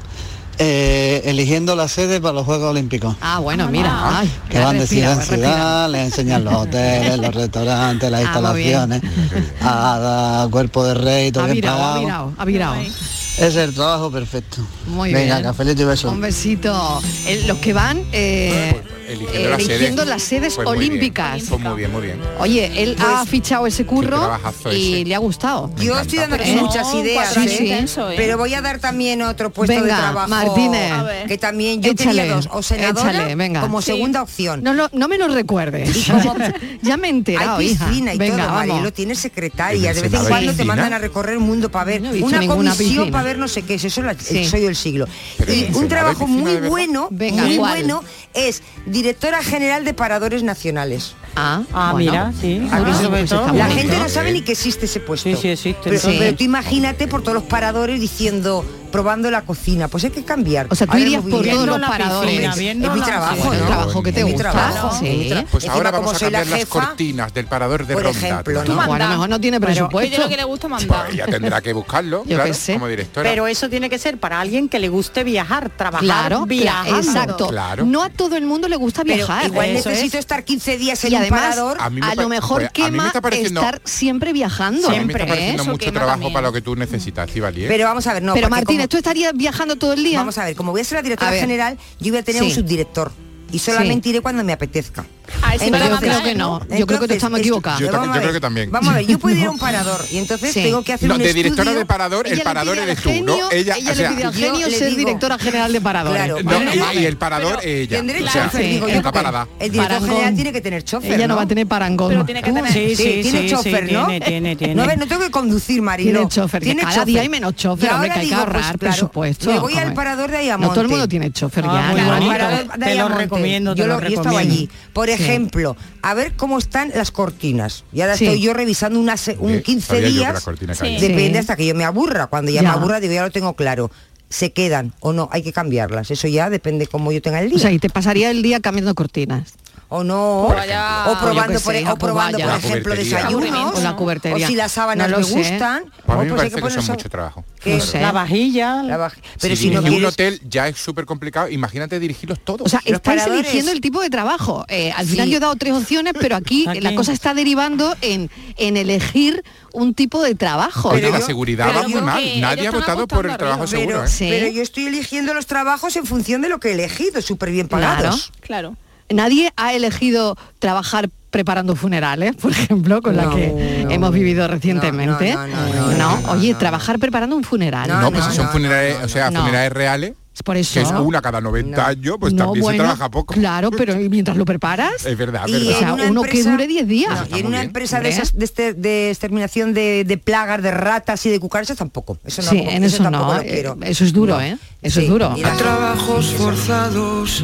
eh, eligiendo la sede para los Juegos Olímpicos. Ah, bueno, mira. Ay, que ya van de respira, pues, ciudad en respira. ciudad, les enseñan los hoteles, los restaurantes, las Ah, muy bien. Ah, instalaciones, a, a cuerpo de rey, todo Ha bien virado, ha pagado. virado, ha virado. Ese es el trabajo perfecto. oh. Muy Venga, bien. cafelito y besos. Un besito. El- los que van eh, pues, Eligiendo, las eligiendo sedes. las sedes Pues muy bien. olímpicas. Pues muy bien, muy bien. Oye, él ha fichado ese curro trabajazo y ese. le ha gustado. Yo estoy dando aquí ¿Eh? muchas ideas, Sí, ¿eh? sí. pero voy a dar también otro puesto de Venga, trabajo. Martínez. A que también yo tenía dos, o senadora échale, venga. como Sí. segunda opción. No, lo- no me lo recuerdes. ya me he enterado, Hay hija. piscina y Venga, todo, vamos. Marielo tiene secretaria, ¿En el de vez en Senado hay cuando te piscina? mandan a recorrer el mundo para ver No he visto una ninguna comisión piscina. para ver no sé qué es, eso la- Sí. soy yo el siglo. Pero en el Y Senado hay un trabajo piscina, muy ¿de verdad? bueno, Venga, muy ¿cuál? bueno es directora general de Paradores Nacionales. Ah, Ah, mira, sí. ¿Has Ah, visto? sobre pues todo. La gente no sabe ni que existe ese puesto. Sí, sí, existe. Pero, Sí. pero tú imagínate por todos los paradores diciendo probando la cocina. Pues hay que cambiar. O sea, tú Ahora irías muy por bien. todos los paradores. es mi trabajo, el ¿no? trabajo que te Es mi gusta. trabajo. Sí. Es mi tra- Pues Encima, ahora vamos como a soy la cambiar las jefa, cortinas del parador de por Ronda. ejemplo, tú. ¿no? Tú O a lo mejor no tiene presupuesto. Yo lo que le gusta mandar. Ella tendrá que buscarlo, Yo claro, qué sé. como directora. Pero eso tiene que ser para alguien que le guste viajar, trabajar Claro, viajando. exacto. Claro. No a todo el mundo le gusta Pero viajar. igual necesito estar 15 días en y un además, parador. A, A mí me lo pa- mejor pues, a mí me quema está pareciendo- estar siempre viajando. A mí me está pareciendo ¿eh? mucho trabajo para lo que tú necesitas, Cibali. Pero vamos a ver, no. Pero porque Martínez, como- tú estarías viajando todo el día. Vamos a ver, como voy a ser la A directora ver. general, yo voy a tener Sí. un subdirector. Y solamente iré cuando me apetezca. Ah, eso Entonces- me lo creo que no. Yo creo que te estamos esto- equivocados. Yo Vamos también- a yo ver. creo que también. Vamos a ver, yo puedo ir a un parador y entonces Sí. tengo que hacer No, un de directora estudio. de parador, el parador eres tú, ¿no? Ella, o sea, le pide al yo genio le ser digo- directora general de paradores. Claro, No, y- y el parador es ella. Tendré O sea, chofer, digo yo, en la porque parada. El director Parangón. general tiene que tener chofer, Ella no ¿no? va a tener parangón. Pero tiene que tener- Sí, sí, tiene sí, chofer, sí, ¿no? tiene, tiene, tiene. No, a ver, no tengo que conducir, Marilo. Tiene chofer, que cada día hay menos chofer, Y hombre, ahora que hay que digo, pues, claro, ahorrar presupuesto, Me voy joder. al parador de Ayamonte. No todo el mundo tiene chofer Ah, ya. muy ¿eh? Al bonito. parador de Te lo Ayamonte. recomiendo, te Yo, lo yo estaba recomiendo. allí. Por Sí. ejemplo, a ver cómo están las cortinas. Y ahora Sí. estoy yo revisando una se- un Oye, 15 sabía yo que la días. cortina Sí. caía. Sí. Depende hasta que yo me aburra. Cuando ya, Ya. me aburra, digo, ya lo tengo claro. Se quedan o no, hay que cambiarlas. Eso ya depende cómo yo tenga el día. O sea, y te pasaría el día cambiando cortinas. Oh, o no Por allá. o Yo probando qué por, sé, o pues probando vaya. por La ejemplo cubertería. desayunos O la cubertería. o si las sábanas No lo me sé. Pues a gustan mí oh, me pues parece hay que, eso es poner mucho trabajo. ¿Qué? Claro. sé. La vajilla. La baja- pero si si no dirigir un quieres hotel ya es súper complicado, imagínate dirigirlos todos. O sea, Los estáis paradores- eligiendo el tipo de trabajo. Eh, al final Sí. yo he dado tres opciones, pero aquí Aquí. la cosa está derivando en, en elegir un tipo de trabajo. Oye, ¿no? la seguridad Claro, va muy porque mal. ellos Nadie ha están votado por el apostando trabajo arriba. seguro. pero, ¿eh? Sí. pero yo estoy eligiendo los trabajos en función de lo que he elegido súper bien pagados Claro. Nadie ha elegido trabajar preparando funerales, por ejemplo, con la No, que no. hemos vivido recientemente. No, no, no, no, no, no, oye, no, trabajar preparando un funeral. No, pues no, si son no, funerales, no, no, o sea, Ah, no. funerales reales, Es por eso. que es una cada 90 No. años, pues No, también bueno, se trabaja poco. Claro, pero ¿y mientras lo preparas, Es verdad, es Y verdad. O sea, en una uno que dure 10 días. No, Está y en muy una bien. empresa de Hombre. esas de, este- de exterminación de, de plagas, de ratas y de cucarachas tampoco. Eso no, sí, en eso, tampoco no. lo quiero. eh, Eso es duro, ¿eh? Eso Sí, es duro. y la- Trabajos forzados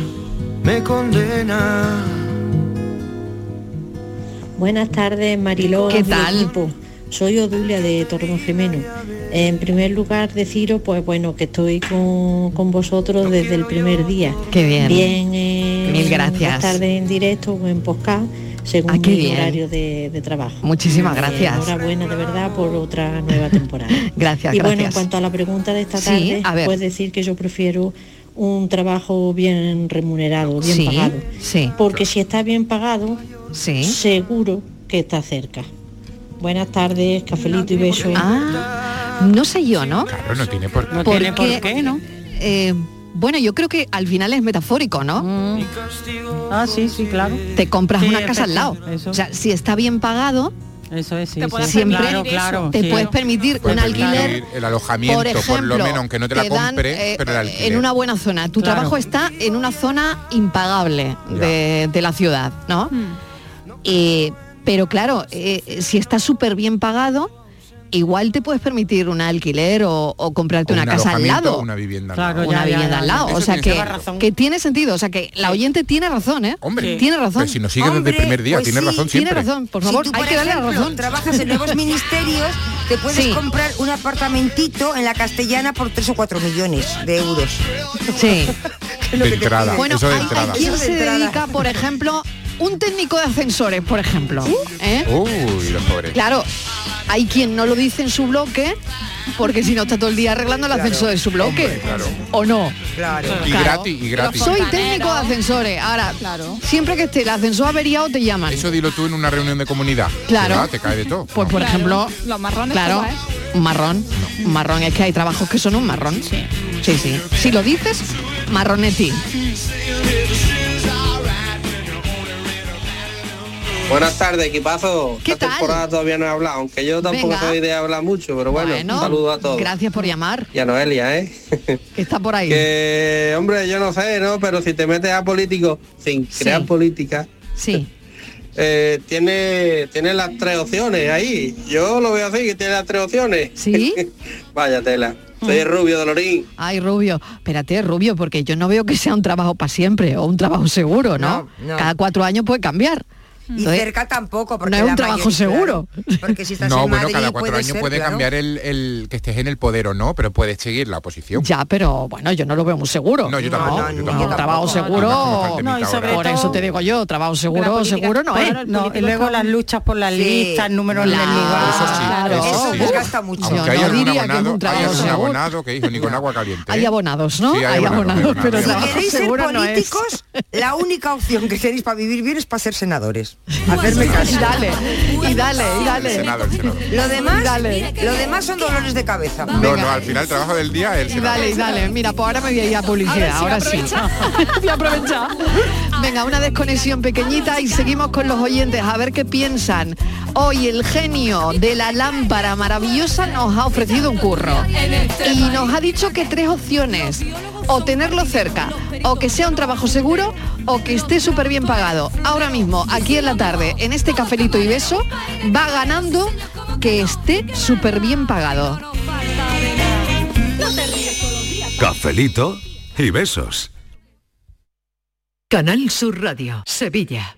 me condena. Buenas tardes, Mariló. ¿Qué y tal? equipo. Soy Odulia de Torrejimeno. En primer lugar, deciros, pues bueno, que estoy con, con vosotros desde el primer día. Qué bien. Bien, eh, Mil gracias. buenas tardes en directo o en podcast, según Ah, qué mi bien. horario de, de trabajo. Muchísimas Eh, gracias. enhorabuena, de verdad, por otra nueva temporada. Gracias, y bueno, en gracias. cuanto a la pregunta de esta Sí, tarde, a ver. pues decir que yo prefiero un trabajo bien remunerado, bien Sí, pagado. sí. Porque si está bien pagado, Sí. seguro que está cerca. Buenas tardes, cafelito y beso. ¿eh? Ah, no sé yo, ¿no? Claro, no tiene por qué. No tiene por qué, ¿no? Eh, bueno, yo creo que al final es metafórico, ¿no? Mm. Ah, sí, sí, claro. Te compras Sí, una casa al efecto, lado. eso. O sea, si está bien pagado, Eso es, sí. Te sí. puedes Siempre claro, permitir eso. claro. te sí. puedes permitir Puedes un alquiler. permitir el alojamiento, por, lo ejemplo, menos, aunque no te la dan, compres, eh, pero el alquiler. En una buena zona. Tu Claro. trabajo está en una zona impagable de, de la ciudad, ¿no? Eh, pero claro, eh, si está súper bien pagado, igual te puedes permitir un alquiler o, o O comprarte una un casa al alojamiento lado. o Una vivienda. al Claro, lado. una Ya, ya, vivienda ya. al lado. Eso o sea tiene que, toda razón. que tiene sentido. O sea que la oyente tiene razón, ¿eh? Hombre, tiene razón. Pero si nos sigue desde el primer día, pues tiene sí, razón Tiene siempre. razón, por favor, si tú, hay por que darle la ejemplo, razón. trabajas en nuevos ministerios, te puedes Sí. comprar un apartamentito en la castellana por 3 o 4 millones de euros. Sí. Es De lo que te entrada. piden. Bueno, Eso de hay, entrada. hay quien Eso de se entrada. dedica, por ejemplo, un técnico de ascensores, por ejemplo. Uh, ¿eh? Uy, los pobres. Claro, hay quien no lo dice en su bloque, porque si no está todo el día arreglando el ascensor de su bloque. Hombre, claro. ¿O no? Claro. Y Claro. gratis, y gratis. Soy fontaneros. técnico de ascensores. Ahora, Claro. siempre que esté el ascensor averiado te llaman. Eso dilo tú en una reunión de comunidad. Claro. ¿Verdad? Te cae de todo. Pues por Claro, ejemplo, los marrones, Claro, ¿cómo es? un marrón, un marrón. Es que hay trabajos que son un marrón. Sí, sí. Si lo dices, marronetti. Buenas tardes, equipazo. ¿Qué Esta tal? temporada todavía no he hablado, aunque yo tampoco Venga. soy de hablar mucho, pero bueno, un saludo a todos. gracias por llamar. Y a Noelia, ¿eh? Que está por ahí. que, hombre, yo no sé, ¿no? Pero si te metes a político sin Sí. crear política, Sí. eh, tiene, tiene las tres opciones ahí. Yo lo veo así, que tiene las tres opciones. ¿Sí? Mm. Vaya tela. Soy rubio de Lorín. Ay, Rubio, espérate, Rubio, porque yo no veo que sea un trabajo para siempre o un trabajo seguro, ¿no? No, no. Cada cuatro años puede cambiar. Y Entonces, cerca tampoco, porque no es un la trabajo mayor- seguro. claro, porque si estás no, en bueno, Madrid cada cuatro puede años ser, puede claro. cambiar el, el que estés en el poder o no, pero puedes seguir la oposición. Ya, pero bueno, yo no lo veo muy seguro. No, yo tampoco. yo tampoco. Un trabajo seguro. No, y sobre por eso todo- te digo yo, trabajo seguro, política- seguro no es. claro, el No, y político luego está- las luchas por las listas, el número en el lugar. Eso sí, Claro. eso Eso sí. desgasta mucho. Aunque Yo hay no algún diría que es un abonado, hay trabajo algún seguro. abonado que dijo ni con agua caliente. Hay abonados, ¿no? ¿Eh? Sí, hay abonados, hay abonados, pero hay trabajo Queréis ser seguro no es. políticos, la única opción que tenéis para vivir bien es para ser senadores. Hacerme Y caso. dale, y dale, y dale. El Senado, el Senado. Lo demás, Dale. lo demás son dolores de cabeza. No, no, al final el trabajo del día es el Y Senado. dale, y dale. Mira, pues ahora me voy a ir a publicidad. Ahora Ahora sí. sí, voy a aprovechar. Venga, una desconexión pequeñita y seguimos con los oyentes a ver qué piensan. Hoy el genio de la lámpara maravillosa nos ha ofrecido un curro y nos ha dicho que tres opciones. O tenerlo cerca, o que sea un trabajo seguro, o que esté súper bien pagado. Ahora mismo, aquí en la tarde, en este cafelito y beso, va ganando que esté súper bien pagado. Cafelito y besos. Canal Sur Radio, Sevilla.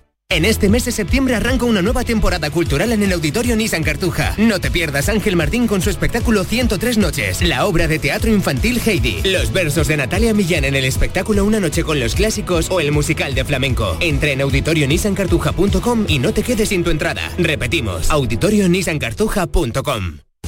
En este mes de septiembre arranca una nueva temporada cultural en el Auditorio Nissan Cartuja. No te pierdas Ángel Martín con su espectáculo 103 Noches, la obra de teatro infantil Heidi, los versos de Natalia Millán en el espectáculo Una Noche con los Clásicos o el musical de flamenco. Entra en auditorionissancartuja.com y no te quedes sin tu entrada. Repetimos, auditorionissancartuja.com.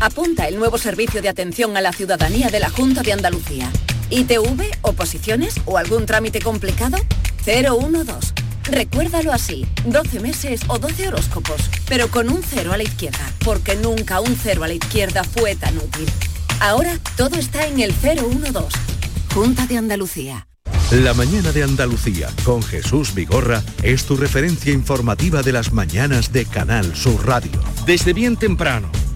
Apunta el nuevo servicio de atención a la ciudadanía de la Junta de Andalucía. ITV, oposiciones o algún trámite complicado? 012. Recuérdalo así, 12 meses o 12 horóscopos, pero con un cero a la izquierda, porque nunca un cero a la izquierda fue tan útil. Ahora todo está en el 012. Junta de Andalucía. La mañana de Andalucía con Jesús Vigorra es tu referencia informativa de las mañanas de Canal Sur Radio. Desde bien temprano,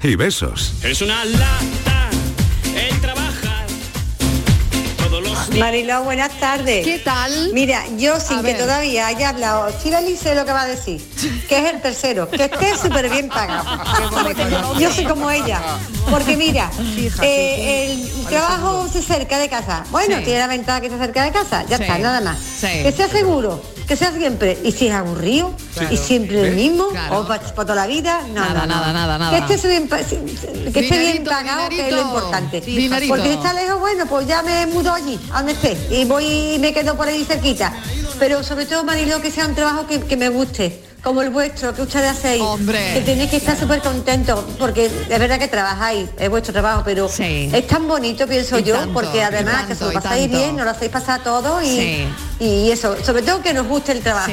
y besos. Es una lata, él trabaja todos los días. Mariló, buenas tardes. ¿Qué tal? Mira, yo sin A que ver. todavía haya hablado, Chirali sé lo que va a decir, que es el tercero, que esté súper bien pagado. yo soy como ella, porque mira, Fíjate, eh, sí. el trabajo se cerca de casa. Bueno, Sí. tiene la ventaja que está cerca de casa, ya Sí. está, nada más. Sí. Que sea seguro, que sea siempre, y si es aburrido, y siempre el mismo, o para toda la vida, nada, nada, nada, Que nada. esté se bien, pa- que esté bien Dinerito, pagado, que es lo dinerito. importante. Sí, Dinerito. Porque si está lejos, bueno, pues ya me mudo allí, a donde esté, y voy y me quedo por ahí cerquita. Pero sobre todo, Marilo, que sea un trabajo que, que me guste, como el vuestro, que ustedes hacéis. Que tenéis que estar súper contentos, porque es verdad que trabajáis, es vuestro trabajo, pero es tan bonito, pienso Y yo, tanto, porque además y que se tanto, lo y pasáis tanto. bien, nos lo hacéis pasar a todos y, Sí. y eso, sobre todo que nos guste el trabajo.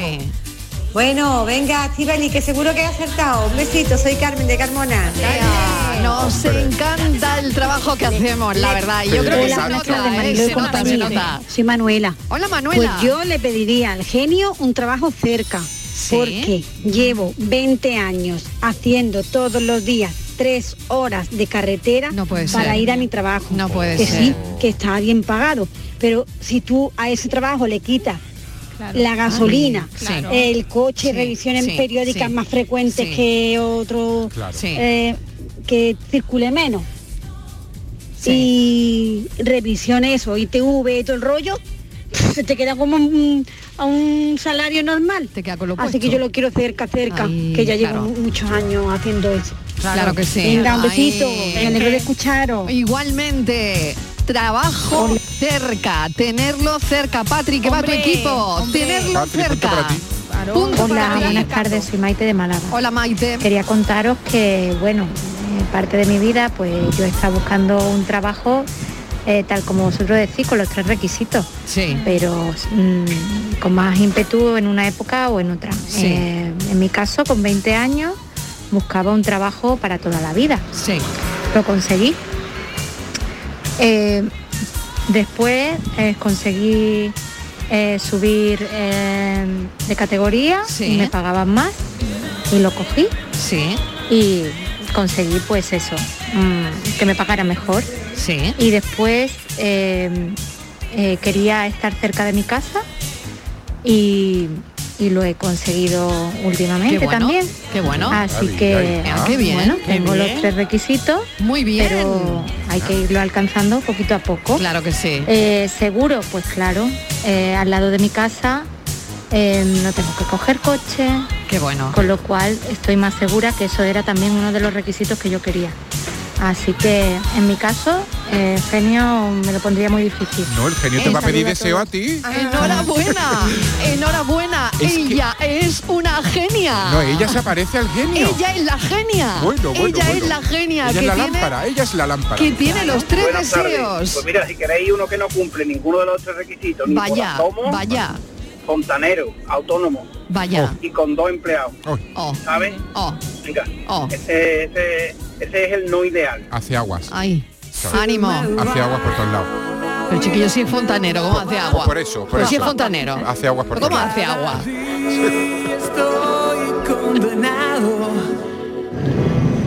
Bueno, venga, Estivali, que seguro que he acertado. Un besito, soy Carmen de Carmona. ah, Nos encanta el trabajo que hacemos, la verdad. Y Yo creo que se Buenas nota, tardes, ¿eh? Mariló y se nota, se compañía. nota. Soy Manuela. Hola, Manuela. Pues yo le pediría al genio un trabajo cerca, porque llevo 20 años haciendo todos los días tres horas de carretera para ser. ir a mi trabajo. No puede que ser. sí, que está bien pagado, pero si tú a ese trabajo le quitas la gasolina, Ay, Ah, claro. el Sí, coche, revisiones sí, periódicas sí. más frecuentes Sí. que otro, Claro. Sí. eh, que circule menos y revisiones o ITV y todo el rollo, se te queda como un- a un salario normal. Te queda Así que puesto. yo lo quiero cerca, cerca, Ay, que ya llevo claro. mu- muchos años haciendo eso. Claro, que sí. Eh. Venga, un besito. Ay. Me alegro de escucharos. Igualmente, trabajo cerca, tenerlo cerca. Patrick, que va tu Hombre, equipo, hombre. tenerlo Patrick, punto cerca. para ti. Punto Hola, para ti. buenas tardes, soy Maite de Málaga. Hola Maite. Quería contaros que, bueno, eh, parte de mi vida, pues yo estaba buscando un trabajo eh, tal como vosotros decís, con los tres requisitos. Sí. Pero mm, con más ímpetu en una época o en otra. Sí. Eh, en mi caso, con 20 años, buscaba un trabajo para toda la vida. Sí. Lo conseguí. Eh, después eh, conseguí eh, subir eh, de categoría, y me pagaban más y lo cogí. Sí. Y conseguí pues eso, mm, que me pagara mejor. Sí. Y después eh, eh, quería estar cerca de mi casa y, y lo he conseguido últimamente Qué bueno, también. qué bueno. Así Ay, que ay, ah, qué bien, bueno, qué tengo bien. los tres requisitos. Muy bien. Pero hay que irlo alcanzando poquito a poco. Claro que sí. Eh, seguro, pues claro, eh, al lado de mi casa eh, no tengo que coger coche, Qué bueno. con lo cual estoy más segura que eso era también uno de los requisitos que yo quería. Así que en mi caso, eh, genio me lo pondría muy difícil. No, el genio te va a pedir deseo a ti. Ah. Enhorabuena, enhorabuena. Es que- ella es una genia. No, ella se aparece al genio. Ah. Ella es la genia. Bueno, bueno, ella es bueno. la genia Ella que es la tiene lámpara, ¿eh? ella es la lámpara. que tiene los tres Buenas tardes. deseos. Pues mira, si queréis uno que no cumple ninguno de los tres requisitos, ni Vaya, por asomo, vaya, fontanero, autónomo Oh. vaya. Oh. y con dos empleados. ¿Sabes? Venga, ese, ese- ese es el no ideal. Hace aguas. Ay, ¿sabes? ánimo. Hace aguas por todos lados. Pues Pero chiquillo sí es fontanero, ¿cómo hace agua? Por eso, por Pero sí eso. es fontanero. Hace aguas por ¿Pero ¿Cómo todos hace agua?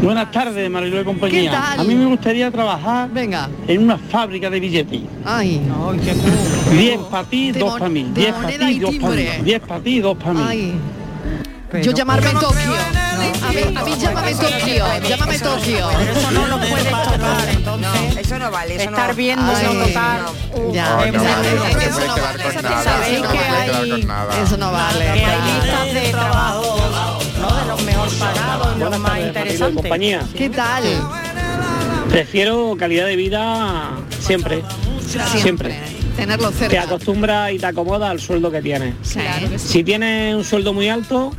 Buenas tardes, Mariló y compañía. ¿Qué tal? A mí me gustaría trabajar en una fábrica de billetes. Ay. 10 para ti, De 2 mon- para mí. de 10 para moneda ti, y 2 para mí. timbre. 10 para ti, 2 para mí. Ay. Yo llamarme Tokio. A mí, a mí llámame Tokio, llámame Tokio. Eso no lo puedes tocar, entonces. Eso no vale. Eso Estar no, viendo, Ay, no tocar. Ya. no, vale, Eso no eso vale, no vale, Pues eso no nada, vale. eso no Sabéis puede que quedar hay- con nada. Eso no vale. de trabajo, ¿no? De los mejor pagados, los más interesantes. compañía. ¿Qué tal? Prefiero calidad de vida siempre. Siempre. Tenerlo Te cerca. acostumbras y te acomodas al sueldo que tienes. Si tienes un sueldo muy alto,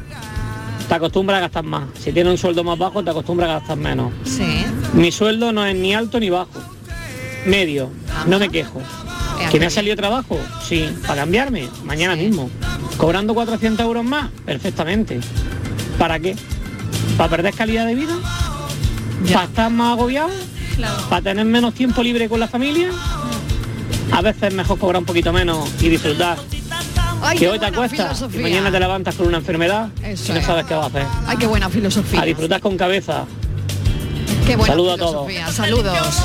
te acostumbras a gastar más. Si tienes un sueldo más bajo, te acostumbras a gastar menos. Sí. Mi sueldo no es ni alto ni bajo. Medio. No me quejo. Eh, ¿Que me qué ha salido trabajo? Sí, para cambiarme, mañana mismo. ¿Cobrando 400 euros más? Perfectamente. ¿Para qué? ¿Para perder calidad de vida? ¿Para estar más agobiado? ¿Para tener menos tiempo libre con la familia? A veces mejor cobrar un poquito menos y disfrutar. Ay, que qué hoy te buena acuestas y filosofía. mañana te levantas con una enfermedad Eso y no es. sabes qué vas a hacer. Ay, qué buena filosofía. A disfrutar con cabeza. Qué buena Saludo a todos. filosofía. Saludos.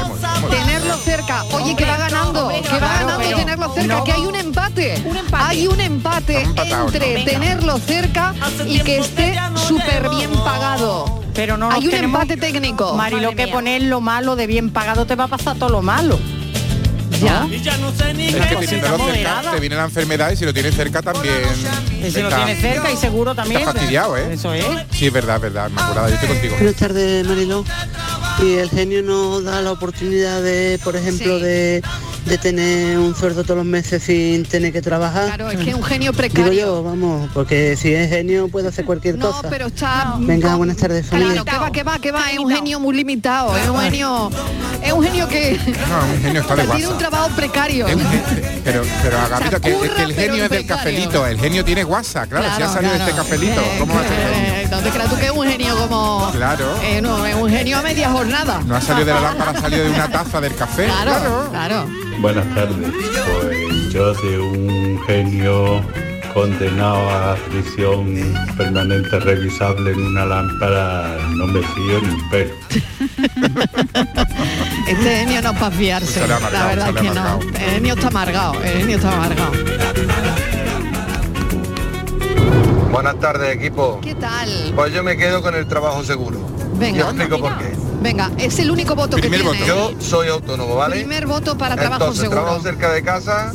Tenerlo cerca. Oye, que va ganando. Que va ganando tenerlo cerca. Que hay un empate. Hay un empate empatado, entre ¿no? tenerlo cerca y que esté súper bien pagado. Pero no Hay nos un tenemos- empate técnico. Mari, lo que poner lo malo de bien pagado te va a pasar todo lo malo. Ya. Es que teniéndolo cerca, te viene la enfermedad y si lo tienes cerca también. Y si lo está- tiene cerca y seguro también. pues. Está fastidiado, ¿eh? Eso es. Sí, es verdad, es verdad, Inmaculada, yo estoy contigo. Buenas tardes, Marilo. Y el genio nos da la oportunidad de, por ejemplo, de, de tener un sueldo todos los meses sin tener que trabajar. Claro, es que un genio precario. Digo yo, vamos, porque si es genio puede hacer cualquier No, cosa. pero está... Venga, buenas tardes, familia. Claro, que va, que va, que va, es un genio muy limitado, es un genio, es un genio que, No, un genio está de que tiene un WhatsApp. trabajo precario. Pero, pero Agapito, que, es que el genio es del precario. cafelito, el genio tiene WhatsApp, claro, si ha Claro, salido de este cafelito, ¿cómo va a ser? Eh, no te creas tú que es un genio como... Claro. Eh, no, es un genio a media jornada. No ha salido de la lámpara, ha salido de una taza del café. Claro, claro. Buenas tardes. Pues yo de un genio condenado a prisión permanente revisable en una lámpara no me fío ni un pelo. Este genio no es para fiarse. Se le ha la amargado, verdad se es le ha que no. amargado. El genio está amargado, el genio está amargado. Buenas tardes, equipo. ¿Qué tal? Pues yo me quedo con el trabajo seguro. Venga. Yo explico por qué. Venga, es el único voto que tiene. Yo soy autónomo, ¿vale? Primer voto para trabajo Entonces, seguro. trabajo cerca de casa.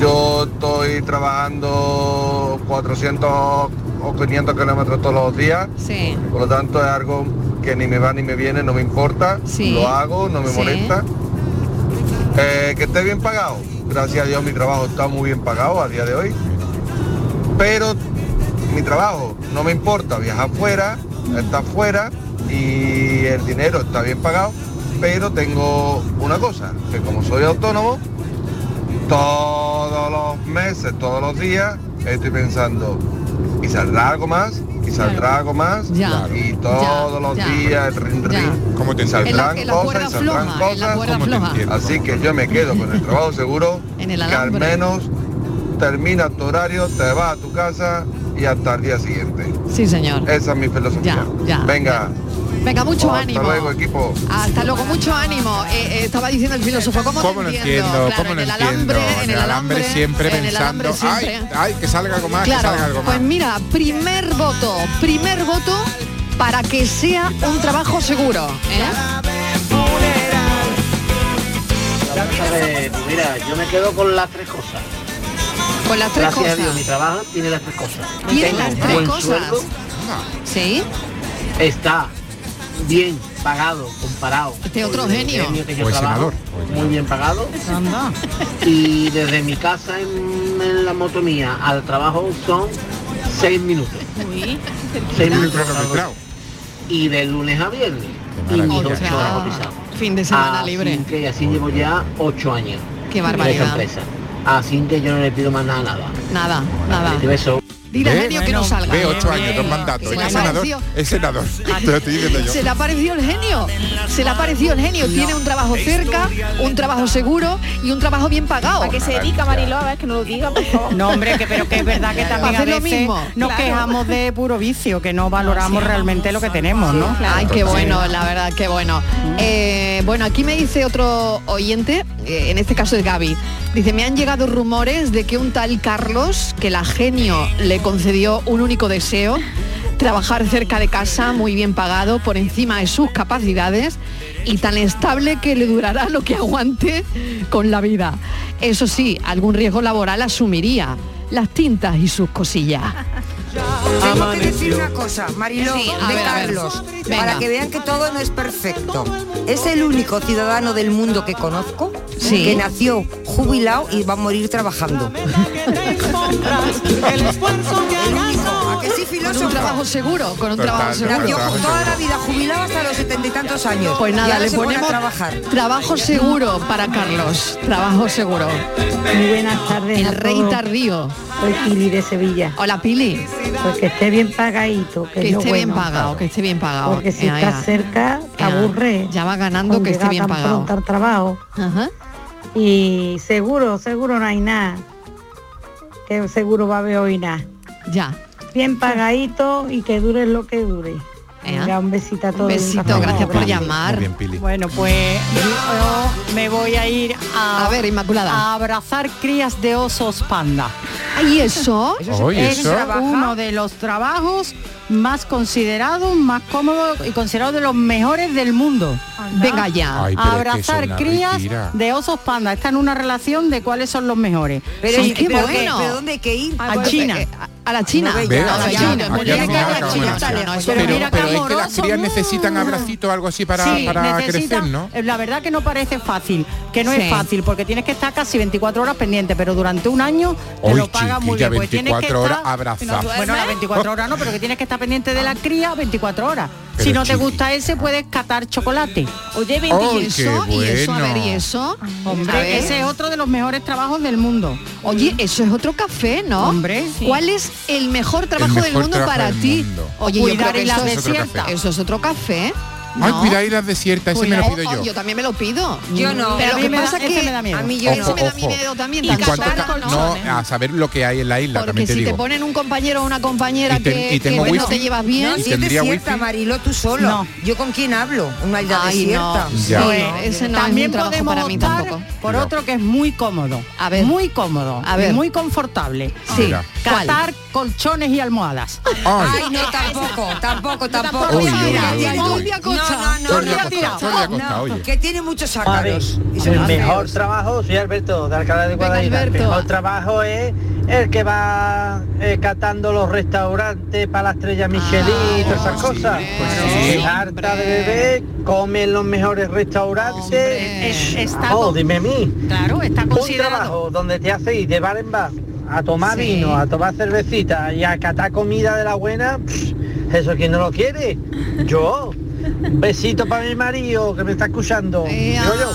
Yo estoy trabajando 400 o 500 kilómetros todos los días. Sí. Por lo tanto, es algo que ni me va ni me viene, no me importa. Sí. Lo hago, no me Sí. molesta. Eh, que esté bien pagado. Gracias a Dios mi trabajo está muy bien pagado a día de hoy. Pero mi trabajo no me importa, viajar afuera, está afuera y el dinero está bien pagado. Pero tengo una cosa, que como soy autónomo, todos los meses, todos los días, estoy pensando, y saldrá algo más, y saldrá algo más, Ya. y todos los ya. días, rin, rin, te y saldrán En la- en la cuerda cosas, y floja, saldrán en la cosas. cuerda ¿Cómo te floja. entiendo? Así que yo me quedo con el trabajo seguro, En el que al alambre. menos termina tu horario, te vas a tu casa y hasta el día siguiente. Sí, señor. Esa es mi filosofía. Ya, ya. Venga. Venga, mucho hasta ánimo. luego, equipo. Hasta luego, mucho ánimo. Eh, eh, estaba diciendo el filósofo, ¿cómo, ¿Cómo te lo entiendo? entiendo? Claro, ¿Cómo en lo el entiendo? alambre, en el alambre, siempre en el alambre pensando, ay, siempre. ay, que salga algo más, que salga Claro, algo más. pues mira, primer voto, primer voto para que sea un trabajo seguro. ¿eh? A ver, pues mira, yo me quedo con las tres cosas. Con las tres Gracias a Dios, cosas. mi trabajo tiene las tres cosas. Tiene Tengo las un tres buen cosas. sueldo, Sí, está bien pagado comparado. Este otro con el genio. que yo O el trabajo, senador. muy bien pagado. Y desde mi casa en, en la moto mía al trabajo son seis minutos. Seis minutos. Y de lunes a viernes. Y mis maravilla. ocho horas cotizadas. fin de semana Así libre. que- Y así llevo ya ocho años. Qué en esa barbaridad. empresa. Así que yo no le pido más nada a nada. Nada, nada. Te beso. Dile al genio que no salga. Ve ocho Bien, años, bien. dos mandatos. Se le ha Es senador, parecido- Ah, es senador. Te lo estoy diciendo yo. Se le ha parecido el genio, se le ha parecido el genio, tiene un trabajo cerca, un trabajo seguro y un trabajo bien pagado. ¿A qué se dedica Mariló? A ver, que no lo diga, por favor. No, hombre, que, pero que es verdad que también a Hacer lo veces mismo. nos Claro. quejamos de puro vicio, que no valoramos realmente lo que tenemos, ¿no? Mm. Ay, qué bueno, la verdad, qué bueno. Eh, bueno, aquí me dice otro oyente, eh, en este caso es Gaby, dice, me han llegado rumores de que un tal Carlos, que la genio le concedió un único deseo, trabajar cerca de casa, muy bien pagado, por encima de sus capacidades y tan estable que le durará lo que aguante con la vida. Eso sí, algún riesgo laboral asumiría, las tintas y sus cosillas. Tengo que decir una cosa, Mariló, Ah, Sí, a de ver, a ver. Carlos, Venga. para que vean que todo no es perfecto. Es el único ciudadano del mundo que conozco Sí. que nació jubilado y va a morir trabajando. El esfuerzo Ah, que Con un filósofo? trabajo seguro, con un Total, trabajo seguro. Nació con toda la vida jubilado hasta los setenta y tantos años. Pues Y nada, ahora le se pone a ponemos trabajar. trabajo seguro para Carlos. Trabajo seguro. Muy buenas tardes. El a rey todos. tardío. Soy Pili de Sevilla. Hola Pili. Pues que esté bien pagadito, que, Que es lo esté bien bueno. pagado, que esté bien pagado. Porque si Ea, estás ea. cerca, te Ea. aburre. Ya va ganando con que esté llegar bien tan pagado. pronto al trabajo. Y seguro, seguro no hay nada. Que seguro va a haber hoy nada. Ya. Bien pagadito y que dure lo que dure. Ea. Venga, un besito a todos. Eh. besito, gracias por llamar. Bueno, pues yo me voy a ir a, A ver, Inmaculada. a abrazar crías de osos panda. ¿Y eso? Eso se- Oye, es eso. uno de los trabajos más considerados, más cómodos y considerados de los mejores del mundo. Venga ya. Ay, pero es que eso es Abrazar una crías mentira. de osos panda. Está en una relación de cuáles son los mejores. Pero Sí, es- pero que- pero ¿dónde hay que ir? Ah, Ah, pues, eh, eh, A China. A la China. No, Ve, a la aquí- China. aquí Mira al que final a la acabamos China, en Italia, China. no, eso Pero, mira qué pero es que las amoroso, crías mm. necesitan abracito o algo así para, Sí, para necesita- crecer, ¿no? eh, La verdad que no parece fácil, que no Sí. es fácil, porque tienes que estar casi 24 horas pendiente, pero durante un año te Hoy, lo paga muy chiquilla, bien. porque tienes que 24 horas estar- abrazada. ¿No Bueno, las duermes? 24 horas no, pero que tienes que estar pendiente de la cría 24 horas. Pero si no te chiqui- gusta ese, puedes catar chocolate. Oye, ven, ¿y ¡Ay, qué eso? ¿Y eso? A ver, bueno. ¿y eso? Hombre, A ver. ese es otro de los mejores trabajos del mundo. Oye, eso es otro café, ¿no? Hombre, sí. ¿Cuál es el mejor trabajo mejor del mundo trabajo para del ti? mundo. Oye, Cuidar yo creo que islas eso es otro desiertas. café. Eso es otro café. Ay, ¿no? cuidar islas desiertas, ese me lo Cuidar- pido Oh, yo. yo también me lo pido. Yo no. Pero A lo mí que me da- pasa es ese que me da miedo. A mí yo ese Ojo, me da ojo. miedo también. Y tanto cuánto hablar ca- con- no, a saber lo que hay en la isla, Porque también te si te digo. ponen un compañero o una compañera Y ten- que, y que tengo no wifi. te llevas bien. No, si es ¿Tendría desierta, wifi? Mariló, tú solo. No. ¿Yo con quién hablo? Una isla Ay, desierta. no. Ya. Sí, ese no También es un trabajo podemos para mí optar tampoco. por otro que es muy cómodo. A ver. Muy cómodo. A ver. Muy confortable. Sí. Mira. ¿Cuál? Catar colchones y almohadas. Ay, no, tampoco, tampoco, tampoco. Uy, uy, uy, Mira, uy, mira, uy. Tulvia No, Costa. no, no, Tulvia no, Costa, Mira, Tulvia no, Costa, oye. Que tiene muchos ácaros. Y se El los hace mejor feos. trabajo, soy Alberto de Alcalá de Guadaira. El Alberto. mejor trabajo es el que va eh, catando los restaurantes para la estrella Michelin y todas esas cosas. sí. Es harta de bebé, come en los mejores restaurantes. Es, oh, está con- dime a mí. Claro, está Un trabajo donde te hace ir de bar en bar a tomar Sí. vino, a tomar cervecita y a catar comida de la buena, pff, eso quien no lo quiere. Yo. Un besito para mi marido que me está escuchando. Yo, yo.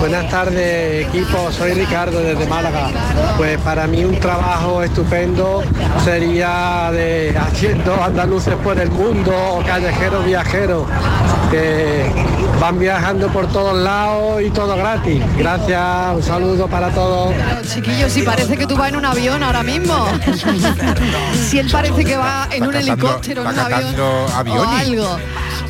Buenas tardes equipo, soy Ricardo desde Málaga. Pues para mí un trabajo estupendo sería de haciendo andaluces por el mundo o callejeros viajeros que van viajando por todos lados y todo gratis. Gracias, un saludo para todos. Chiquillo, si parece que tú vas en un avión ahora mismo. si él parece que va en Está un catando- helicóptero, en un está avión. catando O aviones. algo.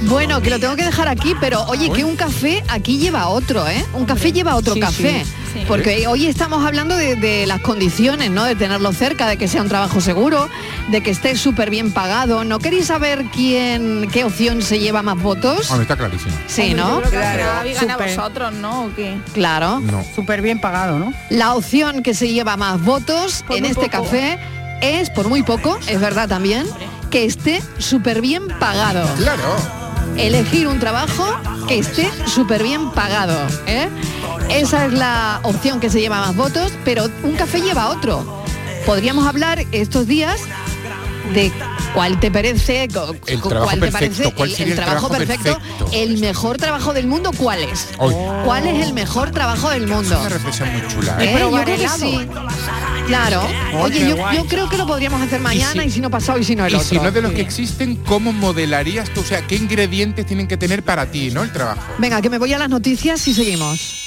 Bueno, que lo tengo que dejar aquí, pero oye, que un café aquí lleva otro, ¿eh? Un café lleva otro Sí, café. sí, sí. Porque hoy estamos hablando de, de las condiciones, ¿no? De tenerlo cerca, de que sea un trabajo seguro, de que esté súper bien pagado. ¿No queréis saber quién, qué opción se lleva más votos? Hombre, está clarísimo. Sí, ¿no? Claro, Súper. vosotros, ¿no? ¿O qué? Claro. Súper bien pagado, ¿no? La opción que se lleva más votos en muy este poco. café es, por muy poco, es verdad también, que esté súper bien pagado. Claro. Elegir un trabajo que esté súper bien pagado. ¿eh? Esa es la opción que se lleva más votos, pero un café lleva otro. Podríamos hablar estos días de cuál te parece, co- El co- trabajo cuál te perfecto, parece ¿cuál el, sería el trabajo perfecto, el mejor trabajo del mundo, ¿cuál es? Hoy. ¿Cuál es el mejor trabajo del mundo? Es una reflexión muy chula. Eh, ¿eh? yo creo que sí. Claro. Oh, Oye, qué yo, guay. yo creo que lo podríamos hacer mañana y si, no pasado y si no el Y otro. si no de los Sí. que existen, ¿cómo modelarías tú? O sea, ¿qué ingredientes tienen que tener para ti, no? El trabajo. Venga, que me voy a las noticias y seguimos.